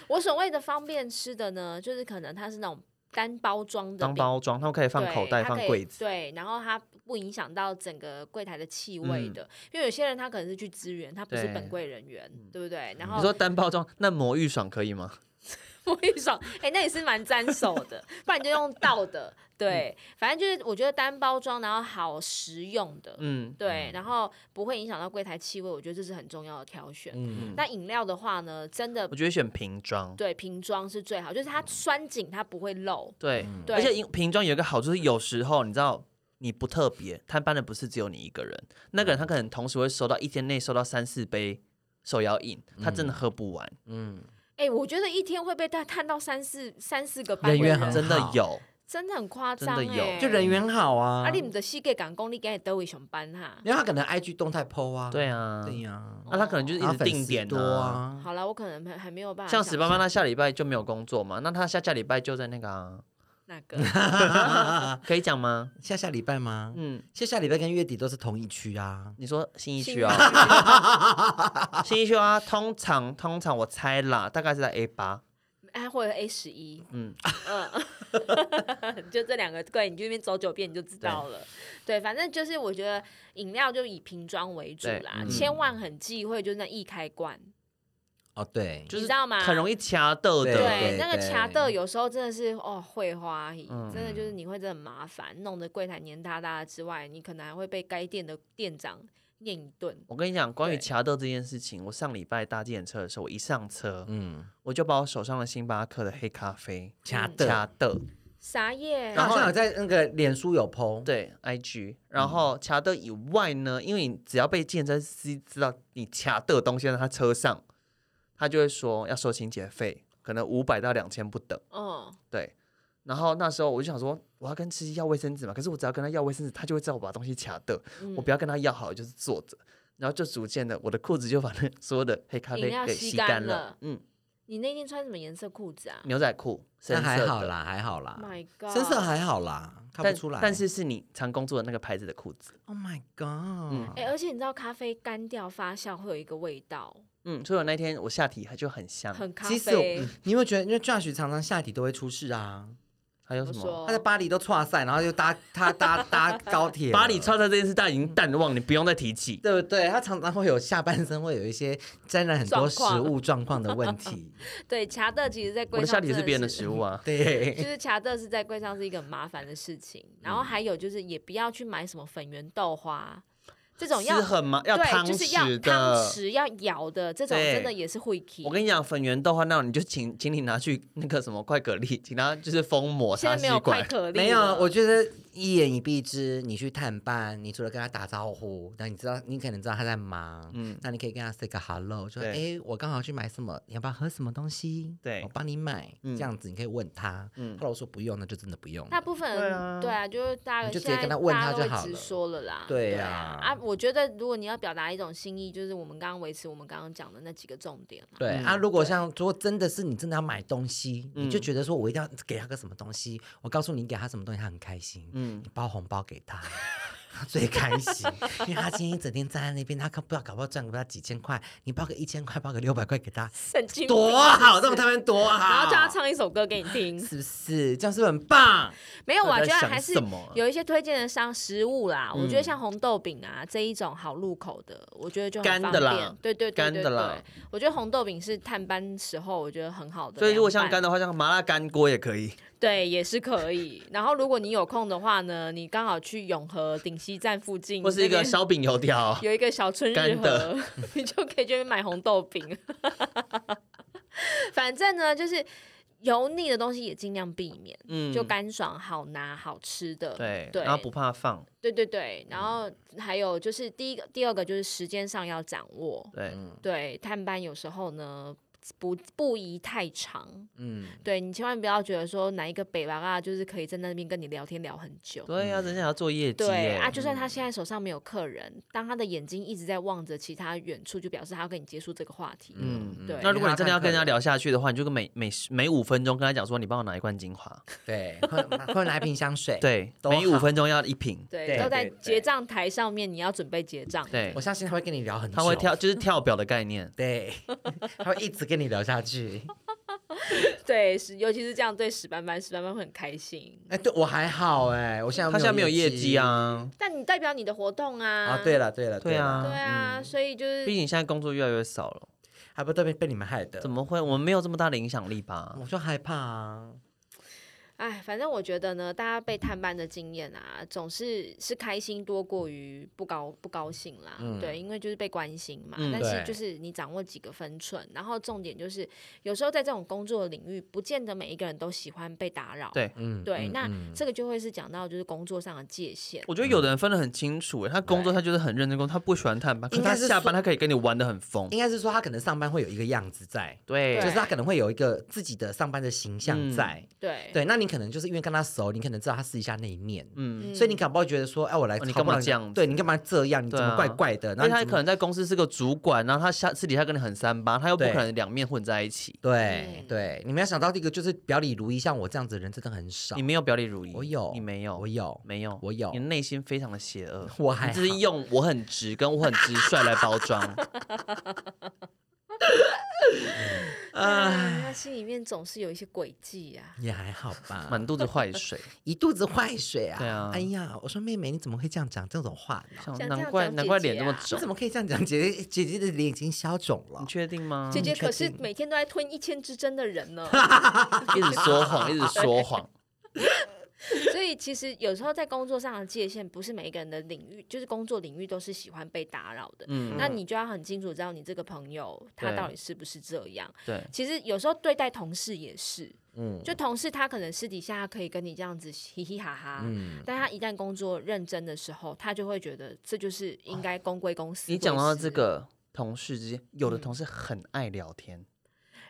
S4: 我所谓的方便吃的呢，就是可能它是那种单包装的
S2: 当
S4: 饼，
S2: 包装，他们可以放
S4: 对
S2: 口袋，
S4: 它
S2: 放
S4: 可以
S2: 柜子，
S4: 对，然后它不影响到整个柜台的气味的，因为有些人他可能是去支援，他不是
S2: 嗯对嗯
S4: 本柜人员，对不对？然后
S2: 你说单包装，那魔芋爽可以吗？
S4: 我跟你说，哎、那也是蛮沾手的，不然你就用倒的。对，
S2: 嗯
S4: 反正就是我觉得单包装，然后好实用的，
S2: 嗯，
S4: 对，然后不会影响到柜台气味，我觉得这是很重要的挑选。
S3: 嗯，
S4: 那饮料的话呢，真的
S2: 我觉得选瓶装，
S4: 对瓶装是最好，就是
S2: 嗯
S4: 它拴紧它不会漏。
S2: 对，
S4: 对
S2: 而且因瓶装有一个好处是，有时候你知道。你不特别，他班的不是只有你一个人，那个人他可能同时会收到一天内收到三四杯手摇饮，他真的喝不完，
S3: 嗯，
S4: 哎、我觉得一天会被探探到三四三四个班
S3: 人
S4: 位
S3: 缘很
S2: 真的
S3: 好
S2: 有，
S4: 真的很夸
S2: 真
S4: 张、
S2: 的
S4: 欸，
S2: 有
S3: 就人缘好啊，
S4: 啊，你们的膝盖港功力给德维熊班哈。
S3: 因为他可能 IG 动态 PO 啊，
S2: 对啊，
S3: 对呀、
S2: 那、他可能就是一
S3: 然后
S2: 直
S3: 粉丝
S2: 定点
S3: 多
S2: 啊。
S3: 啊，
S4: 好了，我可能还还没有办法
S2: 像
S4: 想象。
S2: 史爸爸他下礼拜就没有工作嘛，那他下下礼拜就在那个啊，
S4: 那个，
S2: 可以讲吗？
S3: 啊 下下礼拜吗？
S2: 嗯，
S3: 下下礼拜跟月底都是同一区啊。
S2: 你说新一
S4: 幸
S2: 区
S4: 运
S2: 啊， 新一区啊，通常通常我猜啦，大概是在 A 八，
S4: 哎，或者 A 十一，
S2: 嗯
S4: 嗯嗯， 就这两个柜，你去那边走九遍你就知道了。对，反正就是我觉得饮料就以瓶装为主
S2: 对
S4: 啦，
S2: 嗯
S4: 千万很忌讳就是那易开罐，
S3: 哦，对，
S2: 就
S4: 你
S2: 是
S4: 知道吗？
S2: 很容易掐到
S3: 对
S2: 的。
S4: 对，那个
S3: 对
S4: 卡的有时候真的是哦，会花疑
S2: 嗯，
S4: 真的就是你会真的很麻烦，弄得柜台黏哒哒之外，你可能还会被该店的店长念一顿。
S2: 我跟你讲，关于
S4: 对
S2: 掐到这件事情，我上礼拜搭计程车的时候，我一上车，
S3: 嗯，
S2: 我就把我手上的星巴克的黑咖啡
S3: 掐
S4: 嗯
S3: 的，
S2: 掐到，
S4: 啥耶？
S3: 他好像有在那个脸书有 PO，，
S2: 对，IG，然后掐到以外呢，因为你只要被计程车司机知道你掐到的东西在他车上，他就会说要收清洁费，可能五百到两千不等。
S4: 嗯，
S2: 对，然后那时候我就想说，我要跟司机要卫生纸嘛，可是我只要跟他要卫生纸，他就会知道我把东西卡的，
S4: 嗯
S2: 我不要跟他要好，我就是坐着。然后就逐渐的，我的裤子就把那 所有的黑咖啡
S4: 饮料
S2: 给
S4: 吸
S2: 吸
S4: 干
S2: 干
S4: 了
S2: 嗯，
S4: 你那天穿什么颜色裤子啊
S2: 牛仔裤，深
S3: 那
S2: 色
S3: 还好
S2: 的，
S3: 啦，还好啦
S4: ？My God，
S3: 嗯深色还好啦，看
S2: 但
S3: 不出来。
S2: 但是是你常工作的那个牌子的裤子，
S3: ，Oh my
S2: 嗯
S3: God，
S4: 哎、而且你知道咖啡干掉发酵会有一个味道，
S2: 嗯，所以我那天我下体还就很香，
S4: 很
S3: 嗯
S4: 咖
S3: 其实我
S4: 啡。
S3: 你有没有觉得，因为 Josh 常常下体都会出事啊，
S2: 还有
S4: 我
S2: 什么？
S4: 说
S3: 他在巴黎都岔赛，然后又搭他搭搭高铁了，
S2: 巴黎超载这件事，大家已
S4: 嗯
S2: 经淡忘，你不用再提起。
S3: 对不对？他常常会有下半身会有一些沾染很多食
S4: 状
S3: 物状况的问题。
S4: 对，卡特其实在
S2: 我
S4: 柜
S2: 的
S4: 上
S2: 下
S4: 真
S2: 体是别人的食物啊，
S4: 就
S3: 对，
S4: 是卡特是在柜上是一个很麻烦的事情，
S2: 嗯
S4: 然后还有就是也不要去买什么粉圆豆花这种要
S2: 是很麻，嗯要
S4: 对，
S2: 汤
S4: 就是要
S2: 匙
S4: 汤
S2: 的。
S4: 匙要咬的这种
S2: 对
S4: 真的也是会起
S2: 我。跟你讲，粉圆豆花那种，你就请请你拿去那个什么快蛤蜊，请他就是封膜
S4: 现
S2: 插
S4: 在没
S2: 吸
S4: 有快
S2: 管。
S4: 可力了，
S3: 没有，我觉得一言以蔽之，你去探班，你除了跟他打招呼，那你知道你可能知道他在忙，
S2: 嗯
S3: 那你可以跟他 say 个 hello，就说哎、
S2: 对
S3: 诶我刚好去买什么，你要不要喝什么东西？
S2: 对
S3: 我帮你买，
S2: 嗯
S3: 这样子你可以问他。
S2: 嗯
S3: 后来我说不用，那就真的不用了。
S4: 大部分
S2: 对
S4: 人
S2: 啊
S4: 对啊，就是大家
S3: 你就直
S4: 现
S3: 接
S4: 在
S3: 跟他问
S4: 大
S3: 他
S4: 家都
S3: 就好
S4: 会直
S3: 了
S4: 说了啦。
S3: 对
S4: 啊，
S3: 啊
S4: 啊，我觉得如果你要表达一种心意，就是我们刚刚维持我们刚刚讲的那几个重点嘛。
S3: 对、
S2: 嗯
S3: 啊，如果像如果真的是你真的要买东西，你就
S2: 嗯
S3: 觉得说我一定要给他个什么东西，我告诉你，你给他什么东西，他很开心，
S2: 嗯
S3: 你，包红包给他。 他最 开心，因为他今天一整天站在那边，他可不知道搞不好赚不到几千块，你包个一千块，包个六百块给他，
S4: 神经病
S2: 啊
S3: 多好，这种他们多好。
S4: 然后叫他，唱一首歌给你听，
S3: 是不是？这样是不是很棒？
S4: 没有，我
S2: 到底
S4: 觉
S2: 在
S4: 得
S2: 想
S4: 还是
S2: 什么啊
S4: 有一些推荐的商食物啦。我觉得
S2: 嗯
S4: 像红豆饼啊这一种好入口的，我觉得就很
S2: 干
S4: 方
S2: 的啦
S4: 便对对对
S2: 干
S4: 对
S2: 的啦
S4: 对，我觉得红豆饼是探班时候我觉得很好的凉拌。
S2: 所以如果像干的话，像麻辣干锅也可以。
S4: 对，也是可以。然后如果你有空的话呢，你刚好去永和顶溪站附近，
S2: 或是一
S4: 那
S2: 个
S4: 边。
S2: 烧饼油条
S4: 有一个小春日
S2: 干
S4: 和
S2: 的，
S4: 你就可以去那边买红豆饼。反正呢，就是油腻的东西也尽量避免，
S2: 嗯
S4: 就干爽、好拿、好吃的。
S2: 对，
S4: 对，
S2: 然后不嗯怕放，
S4: 对对对，然后还有就是第一个、第二个就是时间上要掌握。
S2: 对，
S4: 对，探班有时候呢不不宜太长，
S3: 嗯，
S4: 对你千万不要觉得说哪一个北巴啊，就是可以在那边跟你聊天聊很久。
S2: 对呀，人家还要做业绩
S4: 对
S2: 耶
S4: 啊，，就算他现在手上没有客人，当他的眼睛一直在望着其他远处，就表示他要跟你结束这个话题。
S2: 嗯
S4: 对
S2: 那如果你真的要跟人家
S3: 聊，
S2: 聊下去的话，你就跟每每十每五分钟跟他讲说，你帮我拿一罐精华，
S3: 对， 或或拿一瓶香水。，
S2: 对，
S3: 都
S2: 每
S3: 好
S2: 五分钟要一瓶，
S4: 对，
S3: 对
S4: 都在
S3: 对对
S4: 结账台上面，你要准备结账。
S2: 对
S3: 我，相信他会跟你聊很久，
S2: 他会跳，，就是跳表的概念。
S3: 对，他会一直跟你聊下去。
S4: 对，是尤其是这样对史班班，史班班会很开心。
S3: 哎，对我还好哎，我现在
S2: 他现在没有业绩
S3: 绩。
S2: 啊，
S4: 但你代表你的活动啊，
S3: 啊，对，了，对了，
S2: 对啊
S4: 对
S3: 了
S4: 啊，所以就是
S2: 毕竟现在工作越来越少了，
S3: 还啊不都被被你们害的
S2: 怎，么会？我们没有这么大的影响力吧？
S3: 我就害怕啊。
S4: 哎，反正我觉得呢，大家被探班的经验啊，总是是开心多过于不高不高兴啦。
S3: 嗯
S4: 对，因为就是被关心嘛。
S2: 嗯
S4: 但是
S3: 对
S4: 就是你掌握几个分寸，然后重点就是，有时候在这种工作领域，不见得每一个人都喜欢被打扰。
S2: 对。
S3: 嗯，
S4: 对
S3: 嗯
S4: 那
S3: 嗯
S4: 这个就会是讲到就是工作上的界限。
S2: 我觉得有的人分得很清楚，欸他工作他就是很认真工作，他不喜欢探班，可
S3: 嗯应该
S2: 他
S3: 是
S2: 下班
S3: 说
S2: 他可以跟你玩的很疯。
S3: 应该是说他可能上班会有一个样子在，
S2: 对
S3: 就
S4: 对
S3: 是他可能会有一个自己的上班的形象
S2: 嗯
S3: 在。
S4: 对
S3: 对，那你可能就是因为跟他熟，你可能知道他私底下那一面，
S2: 嗯，
S3: 所以你搞不好觉得说，哎，我来
S2: 哦你
S3: 操
S2: 干嘛
S3: 办
S2: 这样子
S3: 对你干嘛这样？你
S2: 对
S3: 怎么
S2: 啊
S3: 怪怪的？
S2: 因为
S3: 然后
S2: 他
S3: 你
S2: 可能在公司是个主管，然后他下私底下跟你很三八，他又不
S3: 对
S2: 可能两面混在一起。
S3: 对
S4: 嗯
S3: 对，你没有想到这个就是表里如一，像我这样子的人真的很少
S2: 你。没有表里如一，
S3: 我有，
S2: 你没有，
S3: 我有，
S2: 没有，
S3: 我有
S2: 你的内心非常的邪恶，
S3: 我还
S2: 你只是
S3: 好
S2: 用我很直跟我很直率来包 装。
S4: 哎，那心里面总是有一些诡计啊。
S3: 也还好吧，
S2: 满肚子坏水，
S3: 一肚子坏水啊！
S2: 对啊
S3: 哎呀，我说妹妹，你怎么会这样讲这种话呢？
S2: 像
S4: 这样
S2: 难怪
S4: 讲
S2: 难怪
S4: 姐姐
S2: 脸这么
S4: 啊
S2: 肿
S3: 你怎，么可以这样讲？姐姐姐姐的脸已经消肿了
S2: 你。确定吗？
S4: 姐姐
S3: 嗯确
S4: 可是
S3: 定
S4: 每天都在吞一千支针的 人呢。
S2: 一直说谎，一直说 谎，
S4: 所以其实有时候在工作上的界限，不是每一个人的领域，就是工作领域都是喜欢被打扰的。
S2: 嗯，
S4: 那你就要很清楚知道你这个朋友他
S2: 对
S4: 到底是不是这样。
S2: 对，
S4: 其实有时候对待同事也是，
S3: 嗯
S4: 就同事他可能私底下可以跟你这样子嘻嘻哈哈，
S3: 嗯，
S4: 但他一旦工作认真的时候，他就会觉得这就是应该公归公私。
S2: 你讲到这，个。同事之间，有的同事很爱聊天，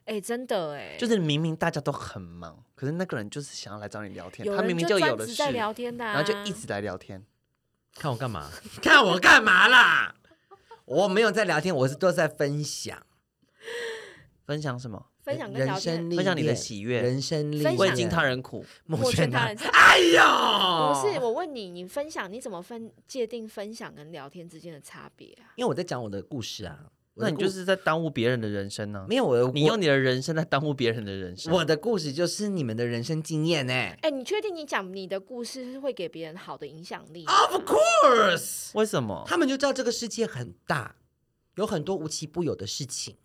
S4: 哎、真的哎、
S2: 就是明明大家都很忙，可是那个人就是想要来找你聊天，
S4: 有
S2: 他
S4: 人
S2: 明明
S4: 就
S2: 有
S4: 专
S2: 的
S4: 职
S2: 事，
S4: 在聊天的、啊，
S2: 然后就一直来聊天。
S3: 看我干嘛？ 看我干嘛啦？我没有在聊天，我是都在分享
S2: 分享什么？
S4: 分享跟
S3: 人
S4: 聊天
S3: 生。历
S2: 分享你的
S3: 练
S2: 喜悦
S3: 人生历
S4: 分享
S3: 练，
S2: 未经他人苦，
S3: 莫
S4: 我
S3: 劝
S4: 劝他人
S3: 人。哎呦，
S4: 不
S3: 不
S4: 是，，我问你，你分享你怎么分界定分享跟聊天之间的差别啊？
S3: 因为我在讲我的故事啊。我的
S2: 那你就
S3: 故
S2: 是在耽误别人的人生呢、
S3: 没有我的，
S2: 你用你的人生在耽误别人的人生。
S3: 我的故事就是你们的人生经验欸呢、
S4: 哎、你确定你讲你的故事是会给别人好的影响力吗？
S3: Of course，
S2: 为什么？
S3: 他们就知道这个世界很大，有很多无奇不有的事情。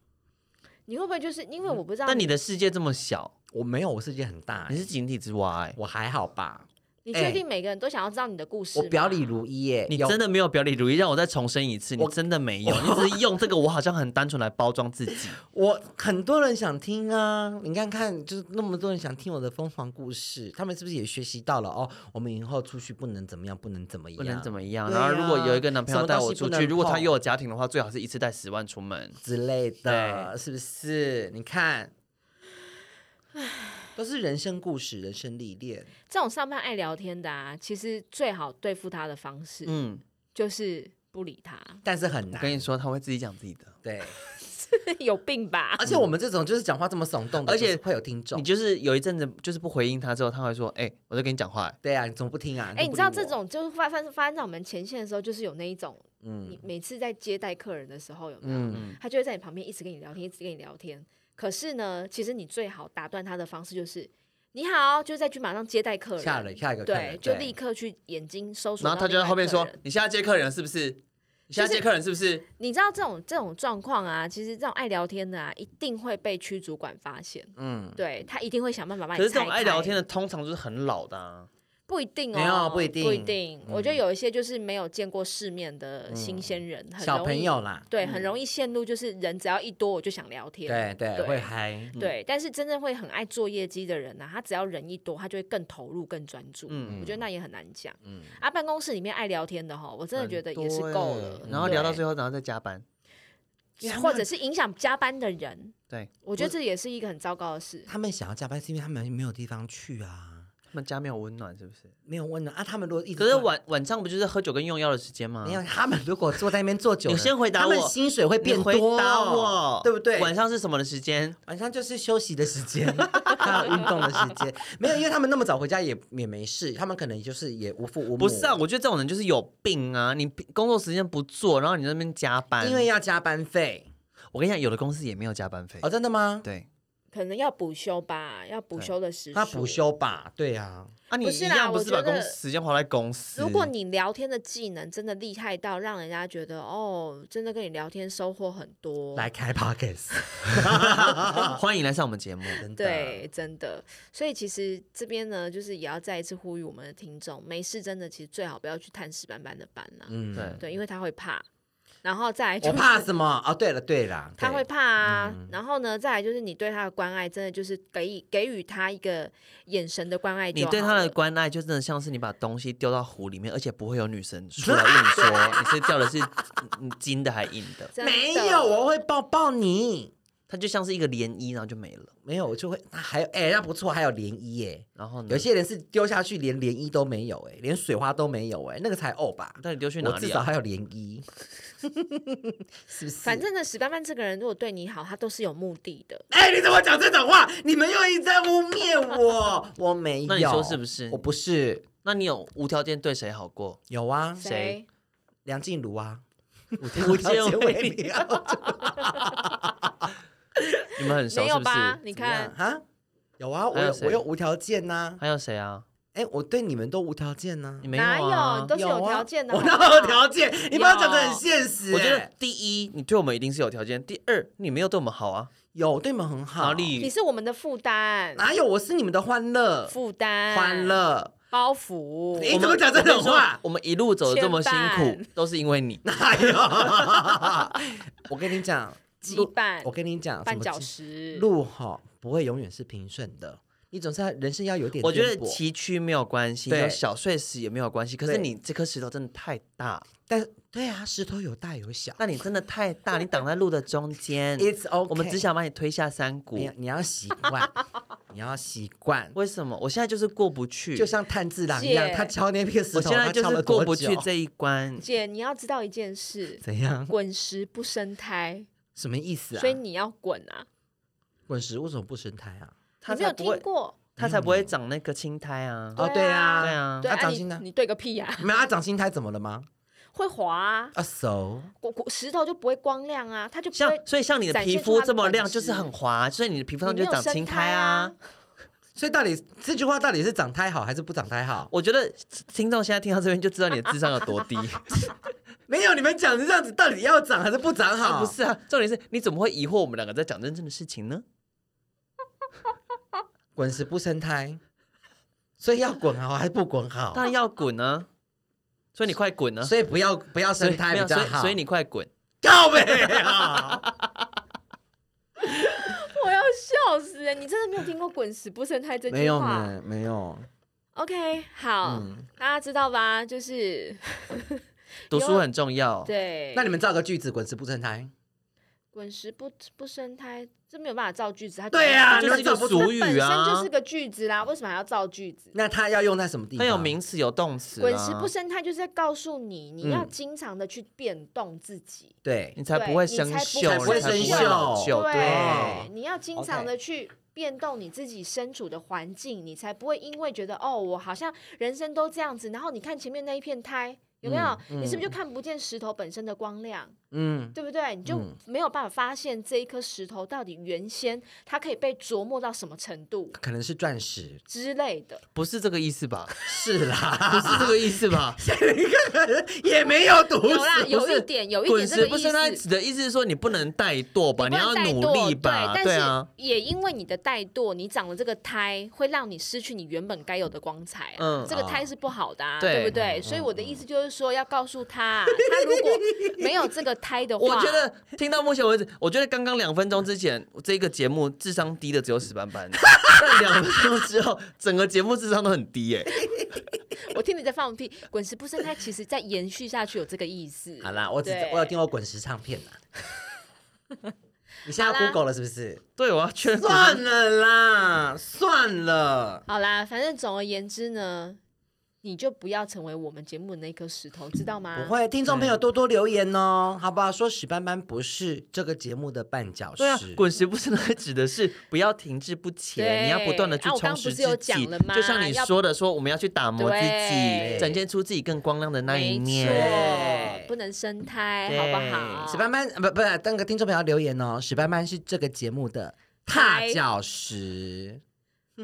S4: 你会不会就是因为我
S3: 嗯
S4: 不知道
S2: 但你的世界这么小，
S3: 我没有，我世界很大、
S2: 你是井底之蛙、欸，
S3: 我还好吧？
S4: 你
S3: 哎
S4: 确定每个人都想要知道你的故事
S3: 我
S4: 吗？
S3: 表里如一耶、
S2: 你
S3: 有
S2: 真的没有表里如一。让我再重申一次，你
S3: 我
S2: 真的没有，你只是用这个我好像很单纯来包装自己。
S3: 我很多人想听啊，你看看，就是那么多人想听我的疯狂故事，他们是不是也学习到了？哦，我们以后出去不能怎么样，不能怎么样，
S2: 不能怎
S3: 么
S2: 么样。
S3: 对
S2: 然后如果
S3: 呀
S2: 有一个男朋友
S3: 什么
S2: 带
S3: 东
S2: 我
S3: 西不
S2: 出去，
S3: 能
S2: 如果他
S3: 碰
S2: 又有家庭的话，最好是一次带十万出门。
S3: 之类的，是不是？你看，都是人生故事、人生历练。
S4: 这种上班爱聊天的啊，其实最好对付他的方式、
S2: 嗯，
S4: 就是不理他，
S3: 但是很
S2: 我
S3: 难
S2: 跟。你说，嗯他会自己讲自己的。
S3: 对，
S4: 有病吧？
S3: 而且我们这种就是讲话这么耸动的，
S2: 而且
S3: 就是会有听众
S2: 你。就是有一阵子就是不回应他之后，他会说：“哎、我在跟你讲话、欸。
S3: 对啊，你怎么不听啊？
S4: 哎、
S3: 都
S4: 你
S3: 不
S4: 知道
S3: 理
S4: 这
S3: 我，
S4: 种就是发发发生在我们前线的时候，就是有那一种，你
S3: 嗯
S4: 每次在接待客人的时候，有没有？
S3: 嗯，
S4: 他就会在你旁边一直跟你聊天，一直跟你聊天。可是呢，其实你最好打断他的方式就是“你好”，就再去马上接待客人，
S3: 下了下一个客人
S4: 对，就
S3: 对
S4: 立刻去眼睛搜索。
S2: 然后他就在后面说：“你现在接客人了是不是？你现在接客人是不是？”
S4: 你知道这种这种状况啊，其实这种爱聊天的啊，一定会被区主管发现，
S3: 嗯，
S4: 对他一定会想办法把你。
S2: 可是这种爱聊天的，通常就是很老的、啊，
S4: 不一定哦，
S3: 没有不一定嗯
S4: 不一定。我觉得有一些就是没有见过世面的新鲜人，很容易
S3: 小朋友啦，
S4: 对，很容易陷入就是人只要一多我就想聊天，
S3: 对对，
S4: 对
S3: 会嗨。
S2: 嗯
S4: 对，但是真正会很爱做业绩的人呢、他只要人一多，他就会更投入、更专注。
S2: 嗯
S4: 我觉得那也很难讲。
S3: 嗯
S4: 啊，办公室里面爱聊天的哈，我真的觉得也是
S2: 很
S4: 够
S2: 多欸
S4: 了。嗯
S2: 然后聊到
S4: 对
S2: 最后，然后再加班。
S4: 或者是影响加班的人，
S2: 对
S4: 我觉得这也是一个很糟糕的事。
S3: 他们想要加班是因为他们没有地方去啊，
S2: 他们家没有温暖是不是？
S3: 没有温暖啊。他们如果一直
S2: 可是
S3: 晚。
S2: 晚晚上不就是喝酒跟用药的时间吗？
S3: 没有，他们如果坐在那边坐久了，
S2: 有先回答
S3: 他们
S2: 我
S3: 薪水会
S2: 你
S3: 变多，哦
S2: 回答我，
S3: 对不对？
S2: 晚上是什么的时间？
S3: 晚上就是休息的时间， 还有运动的时间。没有，因为他们那么早回家也也没事，他们可能就是也无父无母。
S2: 不是啊，，我觉得这种人就是有病啊！你工作时间不做，然后你在那边加班。
S3: 因为要加班费
S2: 我跟你讲，有的公司也没有加班费。
S3: 哦，真的吗？
S2: 对，
S4: 可能要补休吧，要补休的时
S3: 他
S4: 数
S3: 补。休吧？对啊，
S2: 啊，你
S4: 不
S2: 一
S4: 是啦
S2: 样不
S4: 我
S2: 是
S4: 觉
S2: 把公
S4: 得
S2: 时间花在公司？
S4: 如果你聊天的技能真的厉害到让人家觉得哦，真的跟你聊天收获很多，
S3: 来开 pockets，
S2: 啊欢迎来上我们节目。
S3: 真的
S4: 对，真的。所以其实这边呢，就是也要再一次呼吁我们的听众，没事真的其实最好不要去探屎斑斑的班啦、
S3: 嗯，
S2: 对
S4: 对，因为他会怕，然后再哎来就
S3: 我
S4: 是
S3: 怕什么？哦，对了对啦，
S4: 他
S3: 对嗯
S4: 会怕啊。然后呢，再来就是你对他的关爱，真的就是给予给予他一个眼神的关爱就
S2: 你
S4: 好了。
S2: 对他的关爱，就真的像是你把东西丢到湖里面，而且不会有女生出来问你说你是掉的是 嗯金的还硬的，
S4: 真的
S3: 没有，我会抱抱你。
S2: 它就像是一个涟漪，然后就没了。
S3: 没有，我就会，那还有，哎、那不错，还有涟漪耶。
S2: 然后呢？
S3: 有些人是丢下去连涟漪都没有、哎，连水花都没有、哎，那个才呕吧？
S2: 到底丢去
S3: 我
S2: 哪
S3: 至
S2: 里
S3: 少
S2: 啊？
S3: 还有涟漪， 是不是？
S4: 反正呢，史斑斑这个人如果对你好，他都是有目的的。
S3: 哎、你怎么讲这种话？你们又一直在污蔑我，我没有。
S2: 那你说是不是
S3: 我不是，
S2: 那你有无条件对谁好过？
S3: 有啊，
S2: 谁？
S3: 梁静茹啊，
S2: 无条件为你，
S3: 啊，
S2: 你们很熟
S4: 没
S2: 是
S4: 有
S2: 不
S4: 吧？
S2: 是？
S4: 你
S3: 怎么样
S4: 看，
S3: 啊，有啊，我
S2: 还有
S3: 有
S2: 谁
S3: 我有无条件呐、
S2: 还有谁啊？
S3: 哎、我对你们都无条件呐、
S2: 你没
S4: 哪
S2: 啊？
S4: 都是有
S3: 啊
S4: 条件的。
S3: 我
S4: 好不
S3: 哪有
S4: 好
S3: 条件？你把我讲的很现实、
S2: 我觉得
S3: 哎
S2: 第一，你对我们一定是有条件；第二，你没有对我们好啊。
S3: 有对你们很
S2: 哪
S3: 好，
S4: 你
S2: 里？
S4: 是我们的负担，
S3: 哪有？我是你们的欢乐，
S4: 负担，
S3: 欢乐。
S4: 包袱。
S3: 你怎么讲这种话？
S2: 我们一路走的这么辛
S4: 牵
S2: 苦
S4: 绊，
S2: 都是因为你。
S3: 哪有？ 我跟你讲，
S4: 羁
S3: 路
S4: 绊
S3: 我跟你
S2: 啊
S3: 讲，
S4: 绊
S3: 什
S4: 脚
S3: 么
S4: 石，
S3: 路哈不会永远是平顺的，你总是要人生要有点
S2: 我觉得
S3: 颠簸
S2: 崎岖没有关系，
S3: 对
S2: 有小碎石也没有关系。可是
S3: 对
S2: 你这颗石头真的太大，
S3: 但对啊，石头有大有小。
S2: 那 你真的太大，你挡在路的中间。
S3: It's OK，
S2: 我们只想把你推下山谷。
S3: 你你要习 惯，你要习惯，
S2: 为什么？我现在就是过不去，
S3: 就像炭治郎一样，
S4: 姐
S3: 他敲那片石头，
S2: 我现在
S3: 他
S2: 就
S3: 敲
S2: 是
S3: 了
S2: 过
S3: 多
S2: 不
S3: 久
S2: 去这一关。
S4: 姐，你要知道一件事，
S3: 怎样？
S4: 滚石不生胎，
S3: 什么意思啊
S4: 所？以你要滚啊！
S3: 滚石为什么不生胎啊？
S2: 它
S4: 你没有
S2: 才不
S4: 听
S2: 会，
S4: 过？
S2: 它才不会长那个青苔啊。
S3: 哦，
S4: 对
S3: 啊，
S4: 啊
S2: 对啊
S4: 对
S3: 他
S4: 啊，
S3: 长
S4: 你
S3: 心呢啊
S4: 你对个屁呀！
S3: 没有他长青苔怎么了吗？
S4: 会滑啊，
S3: 啊手
S4: 骨骨石头就不会光亮啊，它就不
S2: 像
S4: 会
S2: 所以像你的
S4: 展
S2: 皮
S4: 现出
S2: 肤
S4: 它的
S2: 这么
S4: 本
S2: 亮，就是
S4: 质
S2: 很滑，所以你的皮肤上
S4: 你
S2: 就
S4: 没有
S2: 长
S4: 生
S2: 青
S4: 苔
S2: 啊
S4: 啊。
S3: 所以到底这句话到底是长胎好还是不长胎好？
S2: 我觉得听众现在听到这边就知道你的智商有 多低。
S3: 没有，你们讲的这样子，到底要长还是不长好？
S2: 不是啊，重点是你怎么会疑惑我们两个在讲真正的事情呢？
S3: 滚石不生胎，所以要滚好还是不滚
S4: 哦
S3: 好
S2: 当？然要滚啊！所以你快滚啊！
S3: 所以不要不要
S2: 所以
S3: 生胎
S2: 没有
S3: 比较
S2: 所以
S3: 好。
S2: 所以你快滚！
S3: 告别啊！
S4: 我要笑死了！你真的没有听过“滚石不生胎”这
S3: 没
S4: 句
S3: 有
S4: 话
S3: 呢，没有。
S4: ？OK，好，
S2: 嗯
S4: 大家知道吧？就是
S2: 读书很重要。
S4: 对，
S3: 那你们造个句子，滚石不生胎。
S4: 滚石不不生胎，这没有办法造句子。它
S3: 对啊
S2: 这
S4: 它就
S2: 就是是一
S3: 你
S2: 个
S3: 们找不出
S2: 俗语
S4: 本身就
S2: 啊
S4: 是，个句子啦，为什么还要造句子？
S3: 那它要用在什么地
S2: 它
S3: 方？
S2: 有名词有动词、啊。
S4: 滚石不生态就是在告诉你，你要
S3: 嗯
S4: 经常的去变动自己。
S3: 对
S2: 你，才
S4: 对
S2: 不会
S4: 你
S2: 生
S4: 才不
S2: 锈，
S4: 会
S2: 你才
S3: 生
S2: 不会老
S3: 锈
S2: 旧
S4: 对，你要经
S3: OK
S4: 常的去变动你自己身处的环境，你才不会因为觉得哦，我好像人生都这样子，然后你看前面那一片苔。有没有？
S3: 嗯
S4: 你是不是就看不见石头本身的光亮，
S3: 嗯，
S4: 对不对？你就
S3: 嗯
S4: 没有办法发现这一颗石头到底原先它可以被琢磨到什么程度
S3: 可能是钻 石，
S4: 之类的。
S2: 不是这个意思吧？
S3: 是
S2: 不
S3: 啦，
S2: 是这个意思吧？
S3: 也没有毒
S4: 有啦，
S3: 死。
S4: 有
S2: 是
S4: 一点， 有一
S2: 滚
S4: 点
S2: 石
S4: 这
S2: 不
S4: 个意
S2: 生胎
S4: 思。
S2: 指的意思是说你不能怠惰吧？
S4: 不
S2: 你
S4: 能
S2: 要
S4: 怠
S2: 努
S4: 惰
S2: 力吧？
S4: 对，
S2: 对啊
S4: 但，是也因为你的怠惰，你长了这个胎，会让你失去你原本该有的光彩、啊。
S2: 嗯哦
S4: 这个胎是不好的、啊，
S2: 对嗯
S4: 不对？所以我的意思就是说，要告诉他，他如果没有这个胎的话，
S2: 我觉得听到目前为止，我觉得刚刚两分钟之前这个节目智商低的只有史班班， 但两分钟之后整个节目智商都很低耶、
S4: 我听你在放屁，滚石不生胎，其实在延续下去有这个意思。
S3: 好啦，我只
S4: 对
S3: 我有听过滚石唱片啦。你现在要
S4: 好啦
S3: Google 了是不是？
S2: 对，我要确认。
S3: 算了啦，算了。
S4: 好啦，反正总而言之呢，你就不要成为我们节目的那颗石头，知道吗？
S3: 不会，听众朋友
S2: 嗯
S3: 多多留言哦，好不好？说史斑斑不是这个节目的绊脚石，
S2: 对啊，滚石不生胎指的是不要停滞不前，
S4: 对
S2: 你要不断的去
S4: 啊我
S2: 充
S4: 刚刚
S2: 实
S4: 不是
S2: 自
S4: 有
S2: 己。
S4: 讲了吗
S2: 就像你
S4: 要
S2: 说的，说我们要去打磨自己
S4: 对，
S2: 展现出自己更光亮的那一
S4: 没
S2: 面。
S4: 错，不能生胎，好不好？
S3: 史斑斑不不，那个听众朋友留言哦，史斑斑是这个节目的踏脚石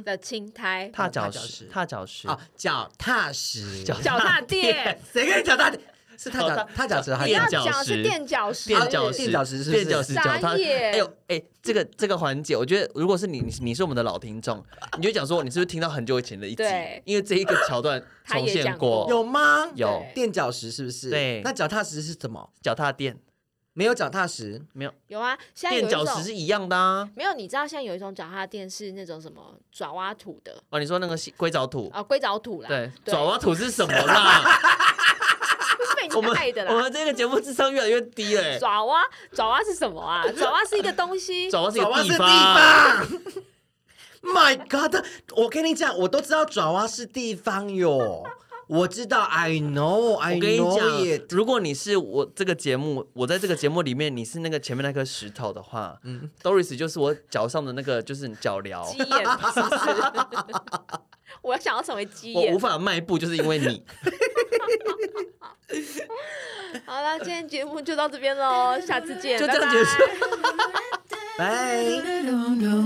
S4: 的青苔，
S2: 踏
S3: 踏
S2: 脚
S3: 脚
S2: 石，
S3: 石
S2: 踏脚石
S3: 哦，脚踏 石，
S2: 脚
S4: 脚踏垫。
S3: 谁跟你脚踏是踏
S2: 脚
S3: 脚
S2: 踏
S3: 踏脚石还
S4: 你
S3: 是
S2: 垫
S4: 要
S2: 脚
S4: 讲
S2: 石
S4: 是垫脚石，
S2: 垫脚
S3: 是
S2: 石，
S3: 垫脚石是不是
S2: 垫脚石脚踏。
S4: 傻眼
S2: 哎呦，哎，这个这个环节，我觉得如果是你，你你是我们的老听众，你就讲说你是不是听到很久以前的一集
S4: 对，
S2: 因为这一个桥段
S4: 他
S2: 重
S4: 也
S2: 现
S4: 讲过
S3: 有吗？
S2: 有
S4: 对
S3: 垫脚石是不是？
S2: 对
S3: 那脚踏石是什么？
S2: 脚踏垫，
S3: 没有脚踏石，
S2: 没有
S4: 有啊，现在有
S2: 垫
S4: 一
S2: 脚
S4: 种
S2: 石是一样的啊。
S4: 没有，你知道现在有一种脚踏垫是那种什么爪哇土的
S2: 哦，你说那个西硅藻土，
S4: 啊，硅藻土啦，
S2: 对，
S4: 对
S2: 爪哇土是什么 啦？
S4: 是被
S2: 我
S4: 你
S2: 们
S4: 害的
S2: 我
S4: 啦。
S2: 们这个节目智商越来越低哎。
S4: 爪哇，爪哇是什么啊？爪哇是一个东西，
S2: 爪哇是一
S3: 爪哇
S2: 个
S3: 是地
S2: 方，
S3: 方。My God！我跟你讲，我都知道爪哇是地方哟，我知道，I know，I
S2: 我跟你
S3: know it
S2: 讲。，如果你是我这个节目，我在这个节目里面，你是那个前面那颗石头的话，嗯，Doris 就是我脚上的那个，就是你脚镣，
S4: 鸡 眼，是不是？ 我想要成为鸡
S2: 我
S4: 眼
S2: 无。法迈步，就是因为你。
S4: 好了，今天节目就到这边喽，下次见，
S2: 就这
S4: 拜
S2: 样
S4: 拜
S2: 结束
S1: No, no,